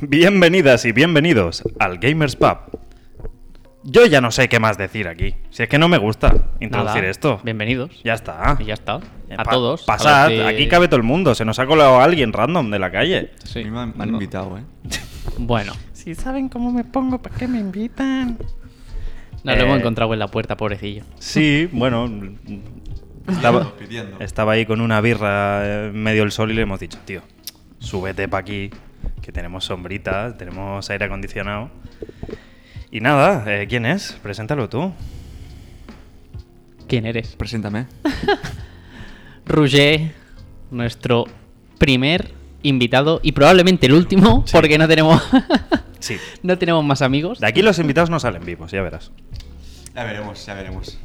Bienvenidas y bienvenidos al Gamers Pub. Yo ya no sé qué más decir aquí. Si es que no me gusta introducir Nada, esto. Bienvenidos. Ya está. Y ya está. A Pa- todos. a Pasad, los que- aquí cabe todo el mundo. Se nos ha colado alguien random de la calle. Sí, A mí me han, me han bueno. invitado, ¿eh? Bueno, Si saben cómo me pongo, ¿para qué me invitan? nos Eh, lo hemos encontrado en la puerta, pobrecillo. Sí, bueno. Estaba, Pidiendo. estaba ahí con una birra eh, medio el sol y le hemos dicho, tío, súbete para aquí, que tenemos sombrita, tenemos aire acondicionado. Y nada, eh, ¿quién es? Preséntalo tú. ¿Quién eres? Preséntame. Roger, nuestro primer invitado y probablemente el último, Sí. porque no tenemos, Sí. no tenemos más amigos. De aquí los invitados no salen vivos, ya verás. Ya veremos, ya veremos.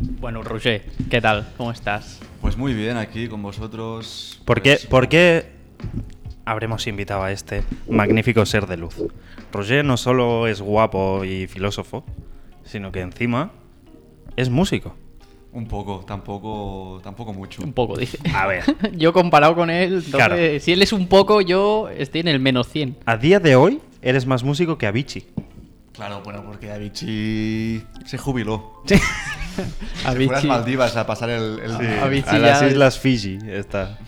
Bueno, Roger, ¿qué tal? ¿Cómo estás? Pues muy bien aquí con vosotros. ¿Por qué, pues, por qué habremos invitado a este magnífico ser de luz? Roger no solo es guapo y filósofo, sino que encima es músico. Un poco, tampoco, tampoco mucho. Un poco, dice. A ver, Yo comparado con él, entonces, Ah. Claro. si él es un poco, yo estoy en el menos 100. a día de hoy eres más músico que Avicii. Claro, bueno, porque Avicii se jubiló. Se fue a las Avicii. Maldivas a pasar el, el- Sí. Avicii. a Avicii las ya- Islas Fiji está.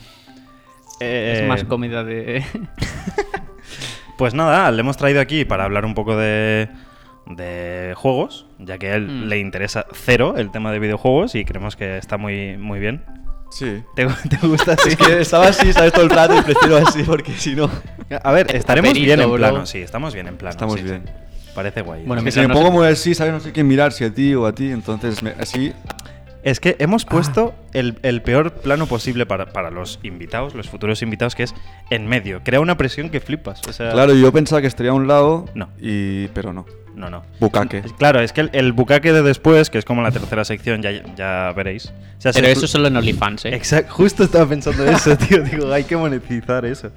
Eh, Es más comida de... Pues nada, le hemos traído aquí para hablar un poco de, de juegos, ya que a él Mm. le interesa cero el tema de videojuegos y creemos que está muy, muy bien. Sí. ¿Te, te gusta? Es que estaba así, ¿sabes? Todo el rato y prefiero así porque si no. Este A ver, estaremos Perito, bien en bro. plano, sí, estamos bien en plano. Estamos sí, bien. sí. Parece guay. Bueno, Que si me mientras no pongo se- muy así, ¿sabes? No sé quién mirar, si a ti o a ti. Entonces, me- así. Es que hemos Ah. puesto el, el peor plano posible para, para los invitados, los futuros invitados, que es en medio. Crea una presión que flipas. o sea, Claro, yo pensaba que estaría a un lado. No. Y, pero no. No, no. Bucaque. Es- Claro, es que el, el bucaque de después, que es como la tercera sección, ya, ya veréis. O sea, Pero se- eso solo en OnlyFans, ¿eh? Exacto, justo estaba pensando eso, tío. Digo, hay que monetizar eso.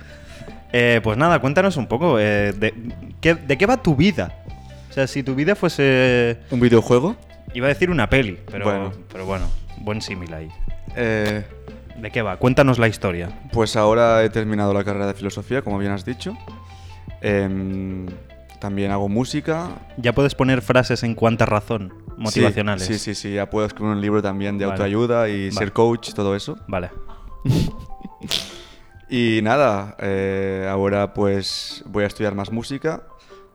Eh, pues nada, cuéntanos un poco. eh, de, qué, ¿De qué va tu vida? O sea, si tu vida fuese. ¿Un videojuego? Iba a decir una peli, pero bueno, Bueno. pero bueno buen símil ahí. Eh. ¿De qué va? Cuéntanos la historia. Pues ahora he terminado la carrera de filosofía, como bien has dicho. Em, también hago música. Ya puedes poner frases en cuánta razón motivacionales. Sí, sí, sí. Ya puedo escribir un libro también de Vale. autoayuda y Vale. ser coach, todo eso. Vale. Y nada, eh, ahora pues voy a estudiar más música.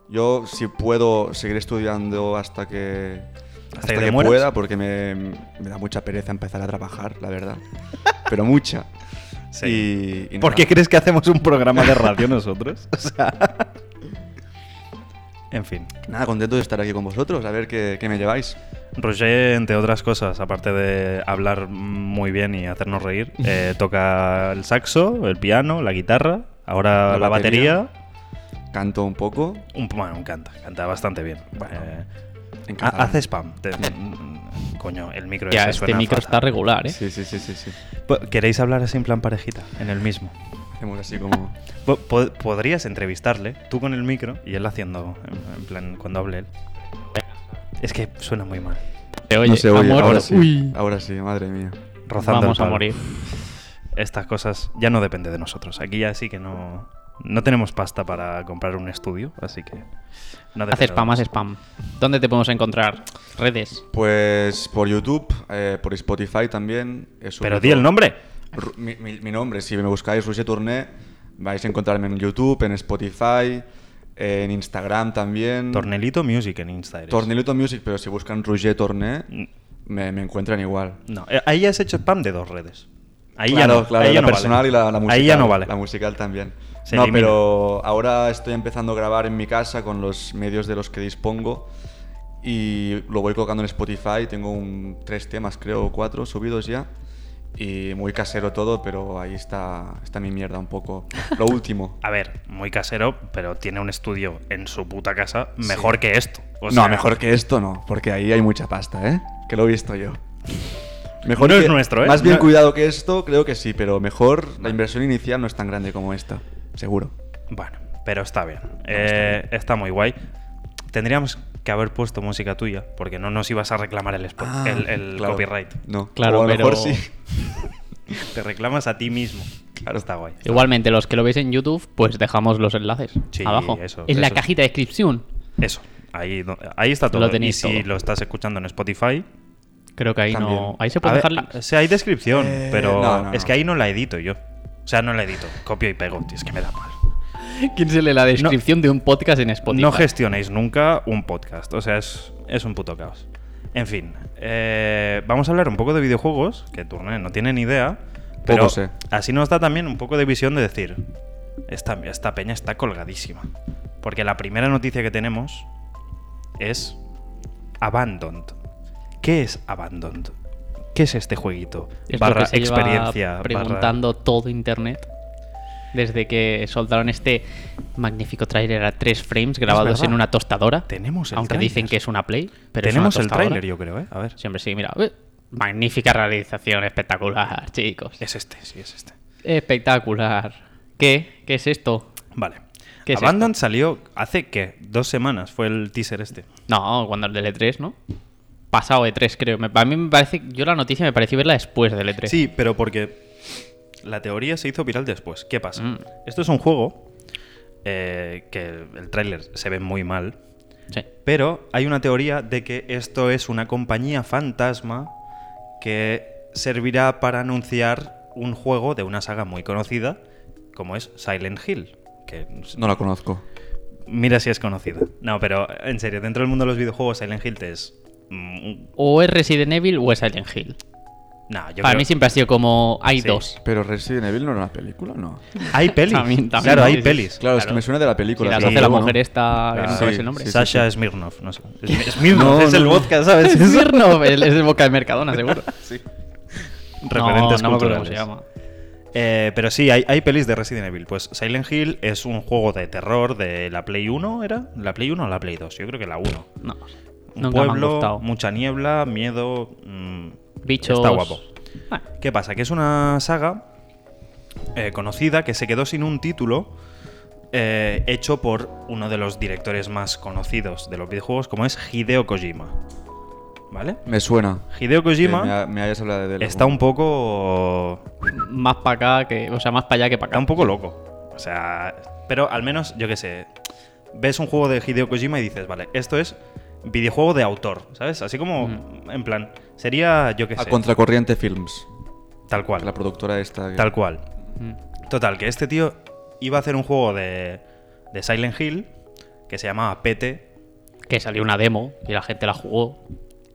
Yo, si puedo, seguir estudiando hasta que, ¿Hasta hasta que te que mueras? pueda, porque me, me da mucha pereza empezar a trabajar, la verdad. Pero mucha. Y- y ¿Por nada. qué crees que hacemos un programa de radio nosotros? O sea. En fin. Nada, contento de estar aquí con vosotros, a ver qué, qué me lleváis. Roger, entre otras cosas, aparte de hablar muy bien y hacernos reír, eh, toca el saxo, el piano, la guitarra, ahora la, La batería. batería. Canto un poco. Un, bueno, canta, canta bastante bien. Eh, en ha- catalán. hace spam. te- mm, coño, el micro Ya, ese este suena micro está fatal. regular, ¿eh? Sí, sí, sí, sí, sí. Po- ¿Queréis hablar así en plan parejita? En el mismo. Hacemos así como... Po- po- podrías entrevistarle, tú con el micro y él haciendo, en, en plan, cuando hable él. Es que suena muy mal. Te oye, no se oye, amor. ahora sí. Uy. Ahora sí, madre mía. Rozando Vamos el a palo. morir. estas cosas ya no depende de nosotros. Aquí ya sí que no, no tenemos pasta para comprar un estudio, así que no Haz depende spam, de haz nosotros. spam. ¿Dónde te podemos encontrar? Redes. Pues por YouTube, eh, por Spotify también. he Pero subido- di el nombre. Ru- Mi, mi- mi nombre, si me buscáis Roger Tourné, vais a encontrarme en YouTube, en Spotify, en Instagram también. Tornelito Music en Insta. eres. Mm. Tornelito Music, pero si buscan Roger Tourné, N- me, me encuentran igual. No, eh, ahí has hecho spam de dos redes. Ahí claro, ya no, claro, ahí ya la no vale. personal y la, la musical. Ahí ya no vale. La musical también. Se no, elimina. pero ahora estoy empezando a grabar en mi casa con los medios de los que dispongo y lo voy colocando en Spotify. Tengo un- tres temas, creo, o cuatro subidos ya. Y muy casero todo, pero ahí está, está mi mierda un poco. Lo último. A ver, muy casero, pero tiene un estudio en su puta casa mejor que esto. O sea, no, mejor que esto no, porque ahí hay mucha pasta, ¿eh? Que lo he visto yo. Mejor No que- es nuestro, ¿eh? Más bien No- cuidado que esto, creo que sí, pero mejor la inversión inicial no es tan grande como esta, seguro. Bueno, pero está bien. Eh, está, muy guay. Tendríamos que haber puesto música tuya, porque no nos ibas a reclamar el, spo- el- el Ah, Claro. copyright. No, Claro, o a lo mejor pero- sí. Te reclamas a ti mismo. Claro. Está guay. Igualmente, los que lo veis en YouTube, pues dejamos los enlaces Sí, abajo. eso, en la eso. cajita de descripción. Eso. Ahí, do- ahí está todo. Lo tenéis y si todo. lo estás escuchando en Spotify. Creo que ahí También. no. Ahí se a puede ver, dejar. a- o links. sea, hay descripción, Eh, pero no, no, es no. que ahí no la edito yo. O sea, no la edito. Copio y pego, tío. Es que me da mal. ¿Quién se lee la descripción de un podcast en Spotify? No gestionéis nunca un podcast. O sea, es, es un puto caos. En fin, eh, vamos a hablar un poco de videojuegos, que Turner no tiene ni idea. Pero Poco sé. así nos da también un poco de visión de decir, esta, esta peña está colgadísima. Porque la primera noticia que tenemos es Abandoned. ¿Qué es Abandoned? ¿Qué es este jueguito? Es lo barra que se lleva experiencia. barra- preguntando todo internet desde que soltaron este magnífico tráiler a tres frames grabados verdad. en una tostadora. Tenemos el Aunque tráiler. dicen que es una Play, pero es una Tenemos el tostadora. tráiler, yo creo, ¿eh? A ver. Siempre sí, mira. eh, Magnífica realización, espectacular, chicos. Es este, sí, es este. Espectacular. ¿Qué? ¿Qué es esto? Vale. ¿Qué es Abandon salió hace que dos semanas fue el teaser este. No, cuando el del E3, ¿no? Pasado E3, creo. Me- A mí me parece. Yo la noticia me pareció verla después del E E3. Sí, pero porque la teoría se hizo viral después. ¿Qué pasa? Mm. Esto es un juego eh, que el tráiler se ve muy mal, Sí. pero hay una teoría de que esto es una compañía fantasma que servirá para anunciar un juego de una saga muy conocida como es Silent Hill, que No la conozco. mira si es conocida. No, pero en serio, dentro del mundo de los videojuegos Silent Hill te es mm, un O es Resident Evil o es Silent Hill. No, yo Para creo- mí siempre ha sido como. Hay Sí. dos. Pero Resident Evil no era una película, ¿no. Hay pelis. También- también, claro, ¿no? hay Sí, sí. pelis. Claro, es que me suena de la Si película. las pero hace la luego mujer no. esta. que Claro. no sabes Sí, el nombre. sí, sí. Sasha Smirnov, no sé. Es- Smirnov No, es el no, no. vodka, ¿sabes? Es Smirnoff, el- es el boca de Mercadona, seguro. Sí. Referentes no, no me acuerdo cómo culturales. se llama. Eh, pero sí, hay, hay pelis de Resident Evil. Pues Silent Hill es un juego de terror de la Play 1, ¿era? ¿La Play 1 o la Play 2? Yo creo que la 1. No. Un nunca me han pueblo, gustado. mucha niebla, miedo. mm, Bichos. Está guapo. Ah, ¿Qué pasa? Que es una saga eh, conocida que se quedó sin un título eh, hecho por uno de los directores más conocidos de los videojuegos, como es Hideo Kojima. ¿Vale? Me suena. Hideo Que me, Kojima ha- me hayas hablado de él. está un poco. más para acá que. O sea, más para allá que para acá. Está un poco loco. O sea. Pero al menos, yo qué sé. Ves un juego de Hideo Kojima y dices, vale, esto es videojuego de autor, ¿sabes? Así como, en plan, sería, yo qué Mm. A sé, Contracorriente Films. tal cual. La productora esta. que- Tal cual. Mm. Total, que este tío iba a hacer un juego de, de Silent Hill que se llamaba PT Que salió una demo y la gente la jugó.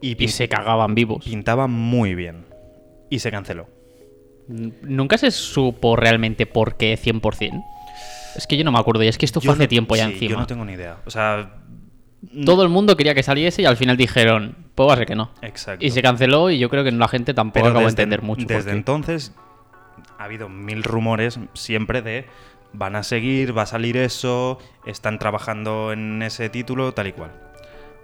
y, Y pin- se cagaban vivos. pintaba muy bien. Y se canceló. N- Nunca se supo realmente por qué 100%. Es que yo no me acuerdo, y es que esto fue hace no- tiempo ya sí, encima. Yo no tengo ni idea. O sea, Todo el mundo quería que saliese y al final dijeron, pues va a ser que no. exacto. Y se canceló y yo creo que la gente tampoco Pero acabó de desde- entender mucho. por Desde qué. entonces ha habido mil rumores siempre de van a seguir, va a salir eso, están trabajando en ese título, tal y cual.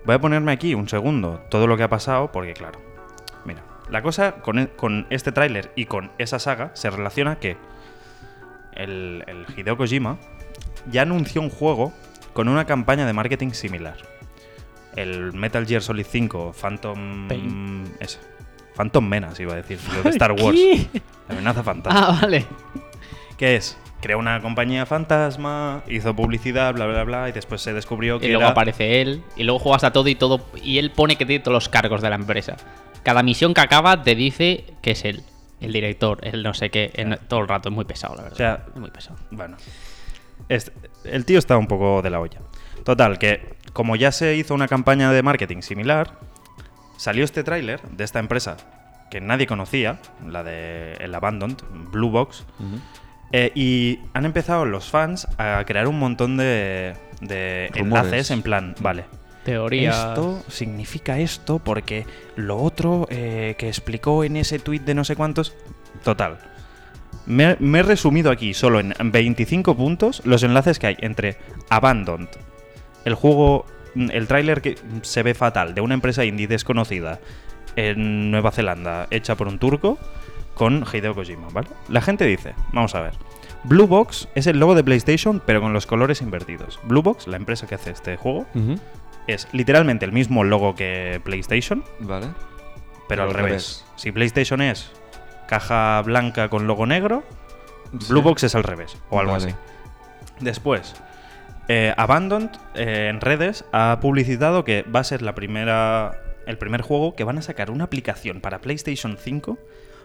Voy a ponerme aquí un segundo todo lo que ha pasado, porque claro, mira, la cosa con, e- con este tráiler y con esa saga se relaciona que el, el Hideo Kojima ya anunció un juego con una campaña de marketing similar. El Metal Gear Solid 5 Phantom... Pain. ese. Phantom Menace, iba a decir. Lo de Star Wars. ¿Qué? La amenaza fantasma. Ah, vale. ¿Qué es? Creó una compañía fantasma, hizo publicidad, bla, bla, bla, y después se descubrió que Y luego era- aparece él, y luego juegas a todo y todo, y él pone que tiene todos los cargos de la empresa. Cada misión que acaba te dice que es él, el director, el no sé qué, el- todo el rato, es muy pesado, la verdad. O sea, es muy pesado. Bueno. Este- el tío está un poco de la olla. Total, que como ya se hizo una campaña de marketing similar, salió este tráiler de esta empresa que nadie conocía, la de El Abandoned, Blue Box, Ujú. eh, y han empezado los fans a crear un montón de, de Rumores. enlaces en plan, vale. Teoría. Esto significa esto porque lo otro eh, que explicó en ese tuit de no sé cuántos... Total. Me, me he resumido aquí solo en 25 puntos los enlaces que hay entre Abandoned, el juego, mm, el tráiler que mm, se ve fatal de una empresa indie desconocida en Nueva Zelanda hecha por un turco con Hideo Kojima, ¿vale? La gente dice, vamos a ver, Blue Box es el logo de PlayStation pero con los colores invertidos. Blue Box, la empresa que hace este juego, Ujú. es literalmente el mismo logo que PlayStation, Vale. pero al revés. Si PlayStation es caja blanca con logo negro, Sí. Blue Box es al revés o algo Vale. así. Después, eh, Abandoned eh, en redes ha publicitado que va a ser la primera, el primer juego que van a sacar una aplicación para PlayStation 5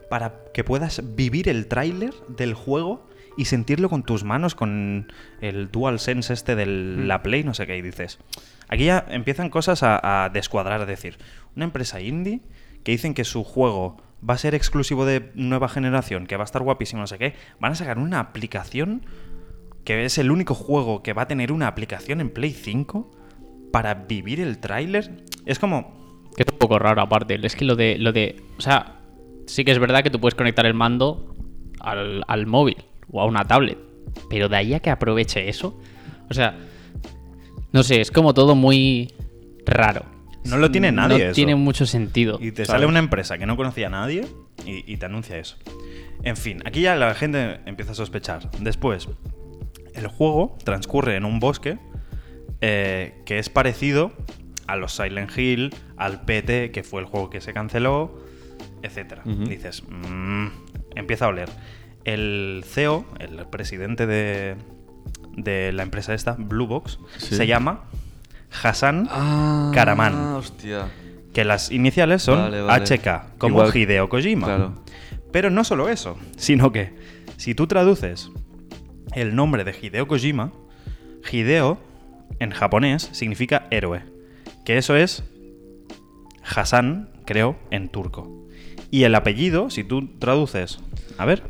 para que puedas vivir el tráiler del juego y sentirlo con tus manos, con el DualSense este de la Play, no sé qué, y dices. Aquí ya empiezan cosas a, a descuadrar, es decir, una empresa indie que dicen que su juego va a ser exclusivo de nueva generación, que va a estar guapísimo, no sé qué, van a sacar una aplicación que es el único juego que va a tener una aplicación en Play 5 para vivir el tráiler. Es como, Que es un poco raro aparte. Es que lo de, lo de. O sea, sí que es verdad que tú puedes conectar el mando al, al móvil o a una tablet. Pero de ahí a que aproveche eso. O sea, no sé, es como todo muy raro. No lo tiene nadie No eso. tiene mucho sentido. y te ¿sabes? sale una empresa que no conocía a nadie y, y te anuncia eso. En fin, aquí ya la gente empieza a sospechar. Después, el juego transcurre en un bosque eh, que es parecido a los Silent Hill, al PT, que fue el juego que se canceló, etcétera. Ujú. Dices, "Mm", empieza a oler. El CEO, el presidente de, de la empresa esta, Blue Box, Sí. se llama Hassan Ah, Karaman. Hostia. que las iniciales son Vale, vale. HK, como Igual- Hideo Kojima. Claro. Pero no solo eso, sino que si tú traduces el nombre de Hideo Kojima, Hideo en japonés significa héroe, que eso es Hassan, creo, en turco. Y el apellido, si tú traduces, a ver,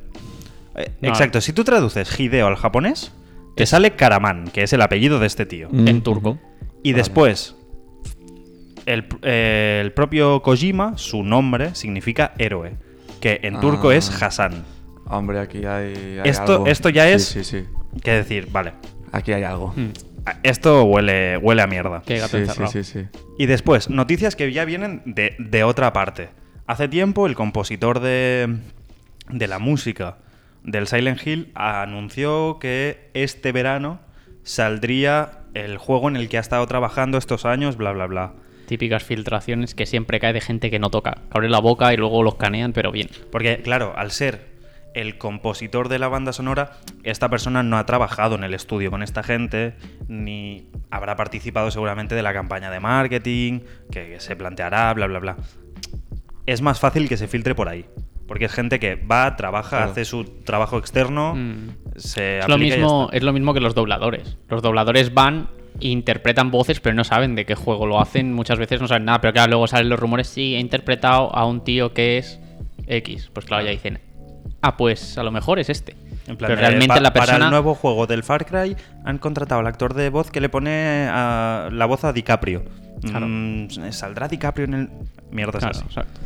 eh, No. exacto, si tú traduces Hideo al japonés, te sale Karaman, que es el apellido de este tío. Mm. En turco. Y después, el, eh, el propio Kojima, su nombre significa héroe, que en turco Ah. es Hassan. Hombre, aquí hay, hay Esto- algo. esto ya Sí, es- Sí, sí. Que decir, vale, Aquí hay algo. Mm. a- esto huele, huele a mierda. Qué gato sí, sí, encerrado. sí, sí. Y después, noticias que ya vienen de, de otra parte. Hace tiempo, el compositor de, de la música del Silent Hill anunció que este verano saldría el juego en el que ha estado trabajando estos años, bla, bla, bla. Típicas filtraciones que siempre cae de gente que no toca. Que abre la boca y luego los canean, pero bien. Porque, claro, al ser el compositor de la banda sonora, esta persona no ha trabajado en el estudio con esta gente, ni habrá participado seguramente de la campaña de marketing, que se planteará, bla, bla, bla. Es más fácil que se filtre por ahí. Porque es gente que va, trabaja, Claro. hace su trabajo externo, Mm. se Es lo, aplica y ya mismo, está. es lo mismo que los dobladores. Los dobladores van e interpretan voces, pero no saben de qué juego lo hacen. Muchas veces no saben nada, pero claro, luego salen los rumores. Sí, he interpretado a un tío que es X. Pues claro, ya dicen, ah, pues a lo mejor es este. En plan, pero eh, realmente pa- la Para persona. el nuevo juego del Far Cry han contratado al actor de voz que le pone a- la voz a DiCaprio. Claro. Mm, ¿Saldrá DiCaprio en el...? Mierda, Claro, pues así. exacto.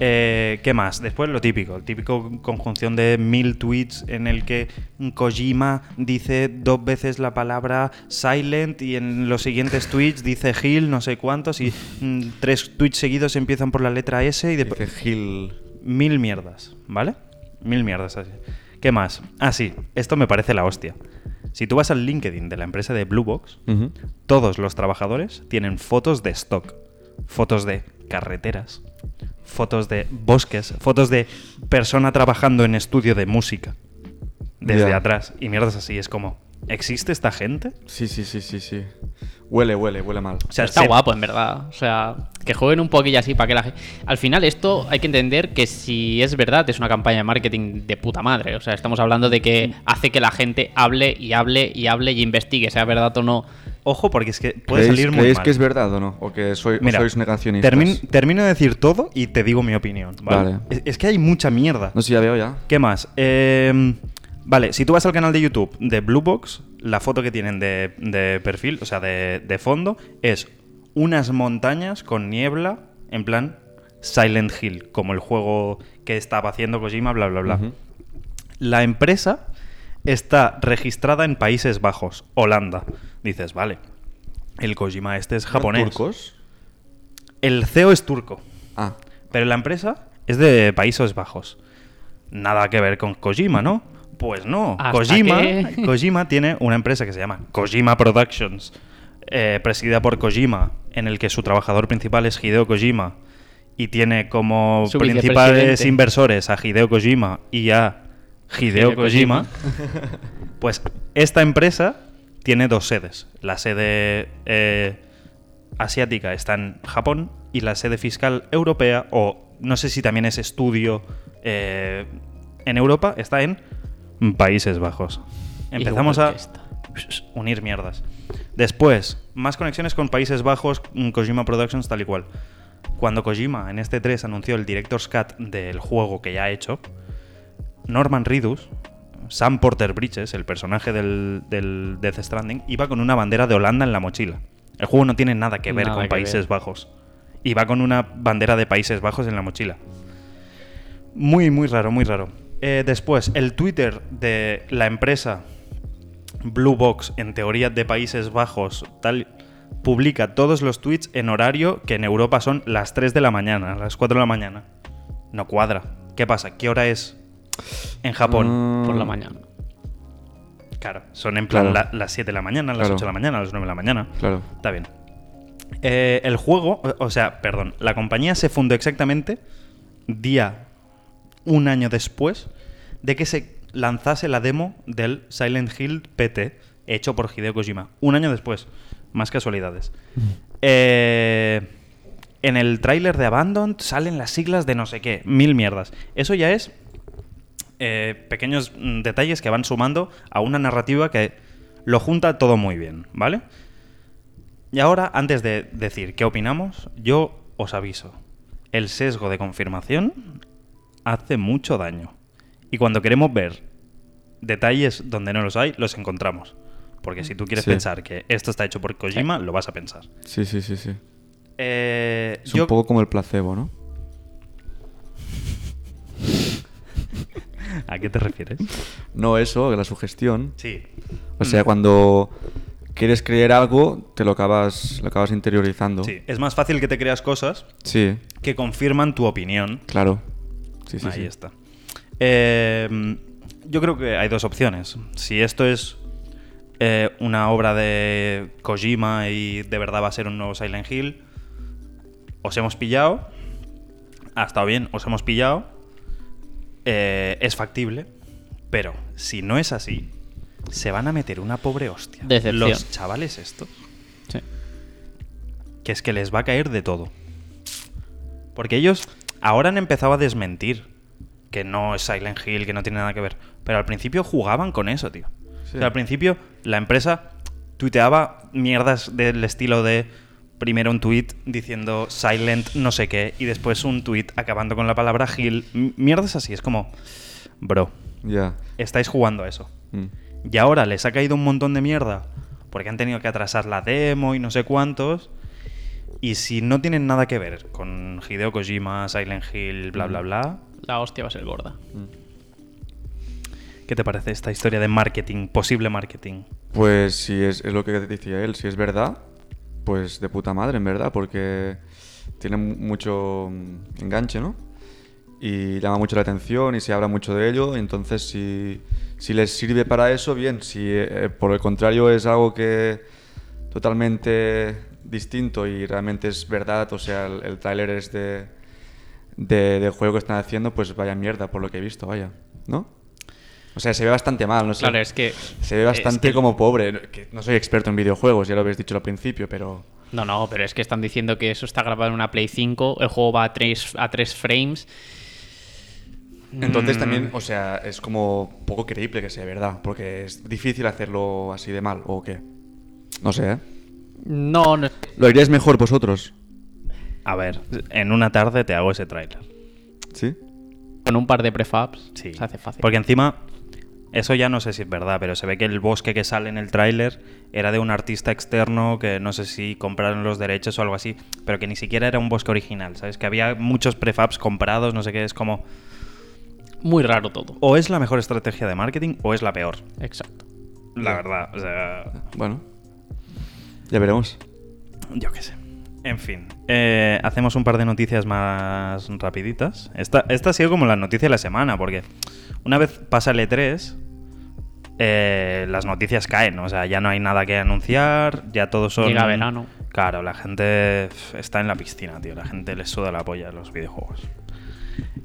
Eh, ¿Qué más? Después lo típico, el típico conjunción de mil tweets en el que Kojima dice dos veces la palabra silent y en los siguientes tweets dice Gil, no sé cuántos, y mm, tres tweets seguidos empiezan por la letra S y después Dice Gil. mil mierdas, ¿vale? Mil mierdas así. ¿Qué más? Ah, sí, esto me parece la hostia. Si tú vas al LinkedIn de la empresa de Blue Box, todos los trabajadores tienen fotos de stock, fotos de carreteras, fotos de bosques, fotos de persona trabajando en estudio de música desde Ya. atrás y mierdas así. Es como, ¿existe esta gente? Sí, sí, sí, sí, sí. Huele, huele, huele mal. O sea, está se- guapo, en verdad. O sea, que jueguen un poquillo así para que la gente. Al final, esto hay que entender que si es verdad, es una campaña de marketing de puta madre. O sea, estamos hablando de que hace que la gente hable y hable y hable y investigue, sea verdad o no. Ojo, porque es que puede ¿Creéis- salir muy ¿Creéis mal. que es verdad o no? ¿O que soy- o Mira, sois negacionistas? termin- termino de decir todo y te digo mi opinión. ¿vale? Vale. Es, es que hay mucha mierda. No sé, ya veo ya. ¿Qué más? Eh, vale, si tú vas al canal de YouTube de Blue Box, la foto que tienen de, de perfil, o sea, de, de fondo, es unas montañas con niebla, en plan Silent Hill, como el juego que estaba haciendo Kojima, bla, bla, bla. Ujú. La empresa está registrada en Países Bajos, Holanda. Dices, vale, el Kojima este es japonés. ¿Turcos? El CEO es turco. Ah. Pero la empresa es de Países Bajos. Nada que ver con Kojima, ¿no? Pues no. Hasta Kojima, que- Kojima tiene una empresa que se llama Kojima Productions, eh, presidida por Kojima, en el que su trabajador principal es Hideo Kojima y tiene como Su principales vicepresidente. inversores a Hideo Kojima y a Hideo Kojima, pues esta empresa tiene dos sedes. La sede eh, asiática está en Japón y la sede fiscal europea, o no sé si también es estudio eh, en Europa, está en Países Bajos. Empezamos a orquesta. unir mierdas. Después, más conexiones con Países Bajos, mm, Kojima Productions, tal y cual. Cuando Kojima en este 3 anunció el Director's Cut del juego que ya ha hecho, Norman Reedus, Sam Porter Bridges, el personaje del, del Death Stranding, iba con una bandera de Holanda en la mochila. El juego no tiene nada que ver Nada con que Países ver. Bajos. Iba con una bandera de Países Bajos en la mochila. Muy, muy raro, muy raro. Eh, después, el Twitter de la empresa Blue Box, en teoría de Países Bajos, tal, publica todos los tweets en horario que en Europa son las 3 de la mañana, las 4 de la mañana. No cuadra. ¿Qué pasa? ¿Qué hora es en Mm. Japón? Ah. por la mañana. Claro, son en plan Claro. la- las 7 de la mañana, las Claro. 8 de la mañana, las 9 de la mañana. Claro. Está bien. Eh, el juego, o- o sea, perdón, la compañía se fundó exactamente día un año después de que se lanzase la demo del Silent Hill PT hecho por Hideo Kojima. Un año después. Más casualidades. Eh, en el tráiler de Abandoned salen las siglas de no sé qué. Mil mierdas. Eso ya es eh, pequeños mm, detalles que van sumando a una narrativa que lo junta todo muy bien, ¿vale? Y ahora, antes de decir qué opinamos, yo os aviso. El sesgo de confirmación hace mucho daño. Y cuando queremos ver detalles donde no los hay, los encontramos. Porque si tú quieres Sí. pensar que esto está hecho por Kojima, lo vas a pensar. Sí, sí, sí, sí. Eh, Es yo- un poco como el placebo, ¿no? ¿A qué te refieres? No eso, la sugestión. Sí. O Mm. sea, cuando quieres creer algo, te lo acabas, lo acabas interiorizando. Sí, es más fácil que te creas cosas Sí, que confirman tu opinión. claro. Sí, sí, Ahí sí. está. Eh, yo creo que hay dos opciones. Si esto es eh, una obra de Kojima y de verdad va a ser un nuevo Silent Hill, os hemos pillado. Ha estado bien, os hemos pillado. Eh, es factible. Pero si no es así, se van a meter una pobre hostia. Decepción. Los chavales estos Sí. que es que les va a caer de todo. Porque ellos ahora han empezado a desmentir que no es Silent Hill, que no tiene nada que ver. Pero al principio jugaban con eso, tío. Sí. O sea, al principio la empresa tuiteaba mierdas del estilo de primero un tweet diciendo Silent no sé qué y después un tweet acabando con la palabra Hill. M- Mierdas así, es como, bro, Ya. estáis jugando a eso. Mm. Y ahora les ha caído un montón de mierda porque han tenido que atrasar la demo y no sé cuántos. Y si no tienen nada que ver con Hideo Kojima, Silent Hill, bla, bla, bla, La hostia va a ser gorda. mm. ¿qué te parece esta historia de marketing, posible marketing? Pues si es, es lo que decía él, si es verdad, pues de puta madre, en verdad, porque tiene mu- mucho mm, enganche, ¿no? Y llama mucho la atención y se habla mucho de ello, y entonces si, si les sirve para eso, bien, si eh, por el contrario es algo que totalmente distinto y realmente es verdad, o sea, el, el tráiler es de, de- del juego que están haciendo, pues vaya mierda, por lo que he visto, vaya, ¿no? O sea, se ve bastante mal, no sé. Claro, es que. Se ve bastante es que- como pobre. que no soy experto en videojuegos, ya lo habéis dicho al principio, pero. No, no, pero es que están diciendo que eso está grabado en una Play 5, el juego va a 3, a tres frames. Mm. Entonces también, o sea, es como poco creíble que sea verdad, porque es difícil hacerlo así de mal, ¿o qué? No sé, ¿eh? No, no es que- ¿Lo iríais mejor vosotros? A ver, en una tarde te hago ese tráiler. ¿Sí? con un par de prefabs Sí. se hace fácil. Porque encima, eso ya no sé si es verdad, pero se ve que el bosque que sale en el tráiler era de un artista externo que no sé si compraron los derechos o algo así, pero que ni siquiera era un bosque original, ¿sabes? Que había muchos prefabs comprados, no sé qué, es como... Muy raro todo. o es la mejor estrategia de marketing o es la peor. Exacto. La verdad, o sea, Bueno. Ya veremos. yo qué sé. En fin, eh, hacemos un par de noticias más rapiditas. Esta, esta ha sido como la noticia de la semana, porque una vez pasa el E3, eh, las noticias caen, o sea, ya no hay nada que anunciar, ya todos son... Llega verano. Claro, la gente pf, está en la piscina, tío, la gente les suda la polla a los videojuegos.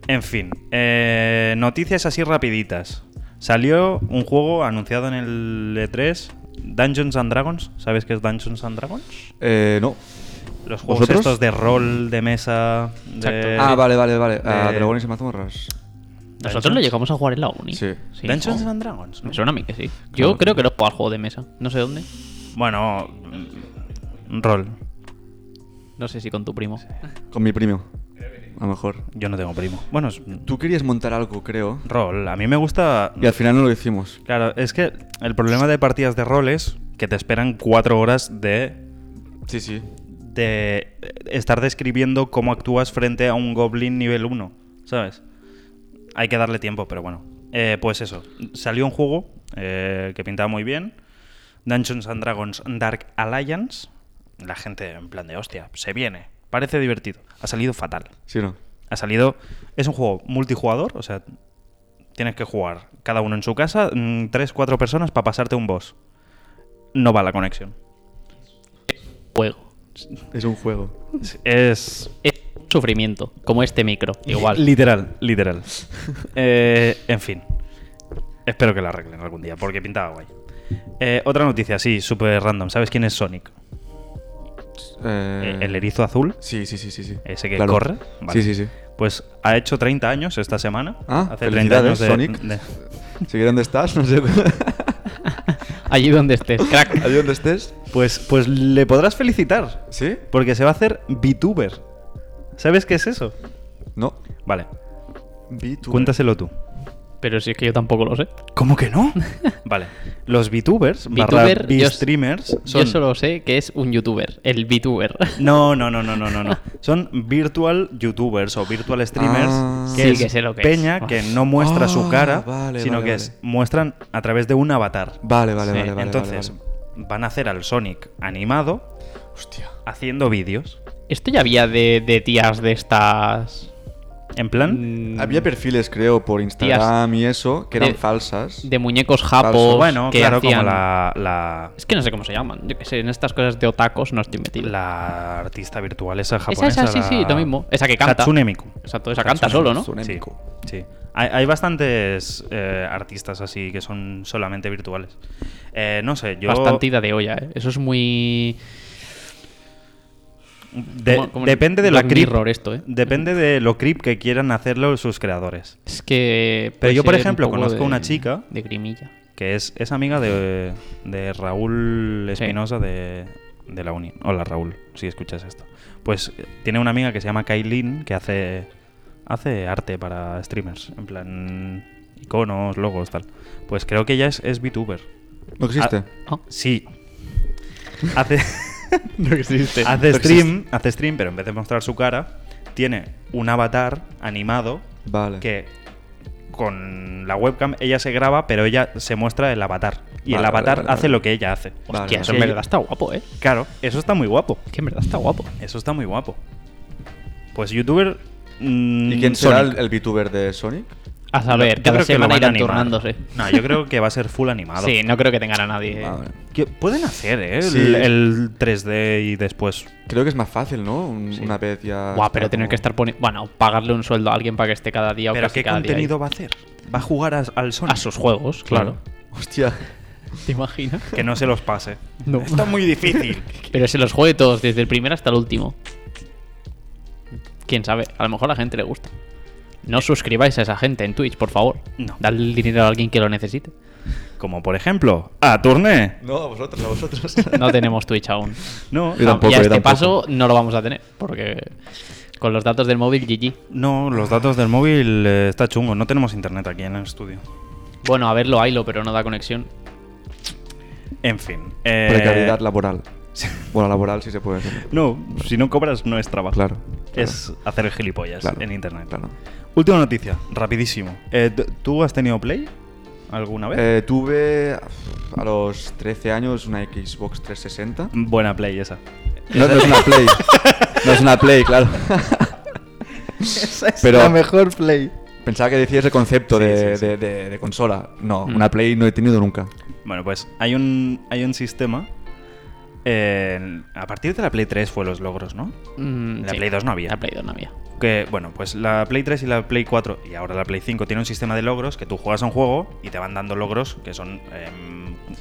En fin, eh, noticias así rapiditas. Salió un juego anunciado en el E3, Dungeons and Dragons. ¿Sabes qué es Dungeons and Dragons? Eh, no. Los juegos ¿Vosotros? estos de rol, de mesa, de... Exacto. ah, vale, vale, vale. Ah, eh, Dragones y mazmorras. Nosotros lo llegamos a jugar en la uni. Sí. Dungeons jo. and Dragons, ¿no? Oh. Me suena a mí que sí. Yo creo que lo he jugado al juego de mesa. No sé dónde. Bueno, mm, rol. No sé si con tu primo. Con mi primo. A lo mejor. Yo no tengo primo. Bueno, es Tú querías montar algo, creo. rol. A mí me gusta... Y al final no lo hicimos. Claro, es que el problema de partidas de rol es que te esperan cuatro horas de, Sí, sí. de estar describiendo cómo actúas frente a un goblin nivel 1, ¿sabes? Hay que darle tiempo, pero bueno. Eh, pues eso, salió un juego eh, que pintaba muy bien, Dungeons and Dragons Dark Alliance. La gente en plan de hostia, se viene, parece divertido. Ha salido fatal. Sí, no. Ha salido. Es un juego multijugador, o sea, tienes que jugar cada uno en su casa, mm, tres, cuatro personas para pasarte un boss. No va la conexión. Juego. Es un juego. Es. Es un sufrimiento. Como este micro. Igual. Literal, literal. Eh, en fin. Espero que la arreglen algún día, porque pintaba guay. Eh, otra noticia, sí, súper random. ¿Sabes quién es Sonic? Eh, Eh, El erizo azul, Sí, sí, sí, sí. sí. ese que Claro. corre. Vale. Sí, sí, sí. Pues ha hecho 30 años esta semana. Ah, hace 30 años de, felicidades, Sonic. de- Sigue donde estás, no sé. Allí donde estés. Crack. Allí donde estés. Pues, pues le podrás felicitar. ¿Sí? Porque se va a hacer VTuber. ¿Sabes qué es eso? No. Vale, VTuber. cuéntaselo tú. Pero si es que yo tampoco lo sé. ¿Cómo que no? vale, los VTubers, barra VTuber, yo- streamers son... Yo solo sé que es un youtuber. El VTuber. No, no, no, no, no, no, no. Son virtual YouTubers o virtual streamers. Ah. que Sí, es que sé lo que es. Peña que no muestra su Ah, cara, vale, sino vale, que vale. es, muestran a través de un avatar. Vale, vale, Sí, vale, vale. Entonces, vale, van a hacer al Sonic animado vale. Hostia. haciendo vídeos. Esto ya había de, de tías de estas. En plan... mm, Había perfiles, creo, por Instagram y eso, que eran De- falsas. De muñecos japos. Falso. pues, Bueno, que claro, hacían- como la- la, Es que no sé cómo se llaman. Yo que sé, en estas cosas de otacos no estoy metido. La artista virtual esa Esa, japonesa. esa, sí, la- sí, lo mismo. Esa que canta. Hatsune Miku. Exacto, esa canta solo, ¿no? Hatsune Sí, Miku. sí. Hay, hay bastantes eh, artistas así que son solamente virtuales. Eh, no sé, yo... Bastante ida de olla, ¿eh? Eso es muy... de- como- como depende de lo Black creep. Mirror esto, ¿eh? Depende de lo creep que quieran hacerlo sus creadores. Es que... Pero puede yo, por ser un ejemplo, poco conozco de- una chica- De grimilla. Que es, es amiga de, de Raúl Sí. Espinosa de, de la Uni. Hola Raúl, si escuchas esto. Pues eh, tiene una amiga que se llama Kailin que hace, hace arte para streamers. En plan iconos, logos, tal. Pues creo que ella es, es VTuber. ¿No existe? Ah, Sí. Hace, no existe. hace, stream, hace stream, pero en vez de mostrar su cara, tiene un avatar animado Vale. que con la webcam ella se graba, pero ella se muestra el avatar. Y el Vale, vale, avatar vale, hace vale. lo que ella hace. Vale, Hostia, eso vale. en verdad está guapo, ¿eh? Claro, eso está muy guapo. Es que en verdad está guapo. Eso está muy guapo. Pues youtuber. mm, ¿Y quién será el, Sonic. el VTuber de Sonic? A saber, Yo cada creo que lo van semana a irán animar. turnándose. No, yo creo que va a ser full animado. Sí, no creo que tengan a nadie. eh. Ah, Vale. Que pueden hacer, ¿eh? Sí. El, el 3D y después. Creo que es más fácil, ¿no? Un- Una vez ya. Guau, está pero tener como- que estar poniendo... Bueno, pagarle un sueldo a alguien para que esté cada día o Pero casi ¿qué cada día ahí. contenido va a hacer? Va a jugar a- al Sonic. A sus juegos, claro. Hostia. ¿Te imaginas? Que no se los pase. No. Está muy difícil. Pero se los juegue todos, desde el primero hasta el último. Quién sabe, a lo mejor a la gente le gusta. No suscribáis a esa gente en Twitch, por favor. No. Dadle el dinero a alguien que lo necesite. Como por ejemplo, a Tourné. No, a vosotros, a vosotros. No tenemos Twitch aún. No, Yo tampoco, y a yo este tampoco. paso no lo vamos a tener, porque con los datos del móvil, GG. no, los datos del móvil eh, está chungo. No tenemos internet aquí en el estudio. Bueno, a verlo, haylo, pero no da conexión. En fin. eh, Precariedad laboral. Bueno, laboral sí se puede hacer. No, si no cobras no es trabajo. Claro, Es hacer el gilipollas Claro, en internet. Claro. Última noticia, rapidísimo. Eh, t- ¿Tú has tenido Play alguna vez? Eh, tuve a los 13 años una Xbox 360. Buena Play esa. No, no es una Play. No es una Play, claro. esa es Pero- la mejor Play. Pensaba que decías el concepto Sí, sí, de, sí. De, de- de consola. No, Mm. una Play no he tenido nunca. Bueno, pues hay un, hay un sistema. eh, a partir de la Play 3 fue los logros, ¿no? Mm, La Play 2 no había. La Play 2 no había. Que, bueno, pues la Play 3 y la Play 4 y ahora la Play 5 tiene un sistema de logros que tú juegas a un juego y te van dando logros que son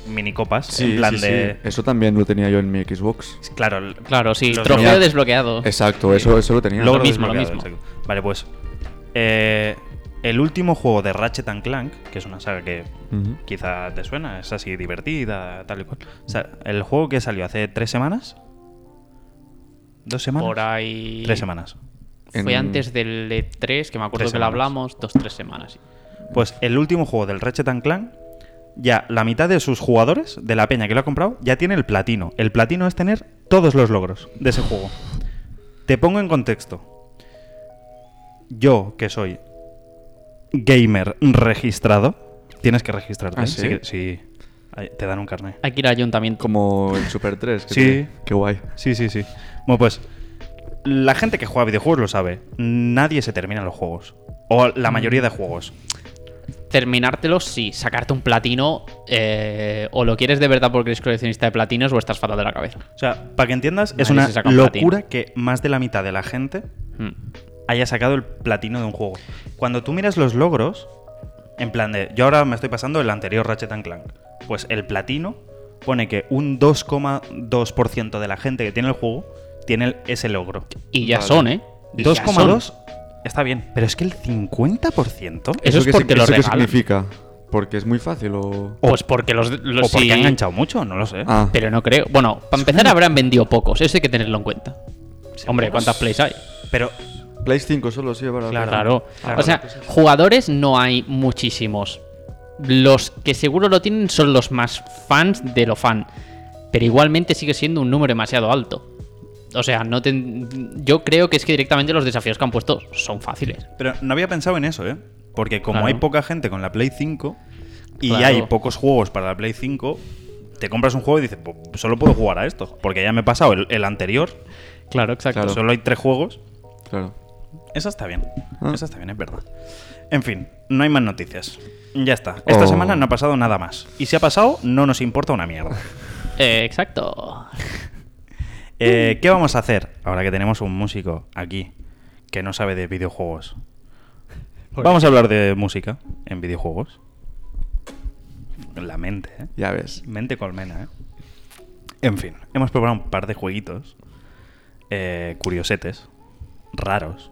mini minicopas. en plan de. Eso también lo tenía yo en mi Xbox. Claro, l- Claro, sí, los trofeo logros- desbloqueado. Exacto, Sí. eso, eso lo tenía. Logro Lo mismo, lo desbloqueado, mismo. exacto. Vale, pues. eh, el último juego de Ratchet and Clank, que es una saga que Ujú. quizá te suena, es así divertida, tal y cual. O sea, el juego que salió hace tres semanas. ¿Dos semanas? Por ahí. Tres semanas. Fue En- antes del E3, que me acuerdo Tres que lo semanas. hablamos, dos, tres semanas. Pues el último juego del Ratchet and Clank, ya la mitad de sus jugadores, de la peña que lo ha comprado, ya tiene el platino. El platino es tener todos los logros de ese juego. Te pongo en contexto. Yo, que soy gamer registrado, tienes que registrarte. ¿Ah, ¿eh? sí? que- sí. Ahí Te dan un carnet. Hay que ir al ayuntamiento. Como el Super 3. que Sí. tiene- Qué guay. Sí, sí, sí. Bueno, pues la gente que juega a videojuegos lo sabe. Nadie se termina los juegos. O Mm. la mayoría de juegos. Terminártelo, sí. Sacarte un platino, eh, o lo quieres de verdad porque eres coleccionista de platinos, o estás fatal de la cabeza. O sea, para que entiendas, es Nadie una se saca un locura platino. que más de la mitad de la gente Mm. haya sacado el platino de un juego. Cuando tú miras los logros, en plan de, yo ahora me estoy pasando el anterior Ratchet and Clank, pues el platino pone que un 2,2% de la gente que tiene el juego tiene el- ese logro. Y ya Vale. son, ¿eh? Y ya son. 2,2 está bien, pero es que el 50% Eso es qué porque sig- lo ¿Eso qué regalan. significa? Porque es muy fácil o. Pues porque los. los o porque sí, ha enganchado mucho, no lo sé. Ah, Pero no creo. Bueno, para empezar, habrán vendido pocos. Eso hay que tenerlo en cuenta. Hombre, ¿cuántas plays hay? Pero Play 5 solo, sí, para. Claro. Claro. Claro. O sea, jugadores no hay muchísimos. Los que seguro lo tienen son los más fans de lo fan. Pero igualmente sigue siendo un número demasiado alto. O sea, no ten- yo creo que es que directamente los desafíos que han puesto son fáciles. Pero no había pensado en eso, ¿eh? Porque como Claro. hay poca gente con la Play 5 y Claro. hay pocos juegos para la Play 5, te compras un juego y dices, "Pues, solo puedo jugar a esto, porque ya me he pasado el, el anterior, Claro, exacto. Claro. solo hay tres juegos. Claro. Esa está bien, Ah. esa está bien, es verdad. En fin, no hay más noticias. Ya está. Esta Oh. semana no ha pasado nada más. Y si ha pasado, no nos importa una mierda. Eh, exacto. Eh, ¿Qué vamos a hacer ahora que tenemos un músico aquí que no sabe de videojuegos? Vamos a hablar de música en videojuegos. La mente, ¿eh? Ya ves. Mente colmena, ¿eh? En fin, hemos preparado un par de jueguitos eh, curiosetes, raros,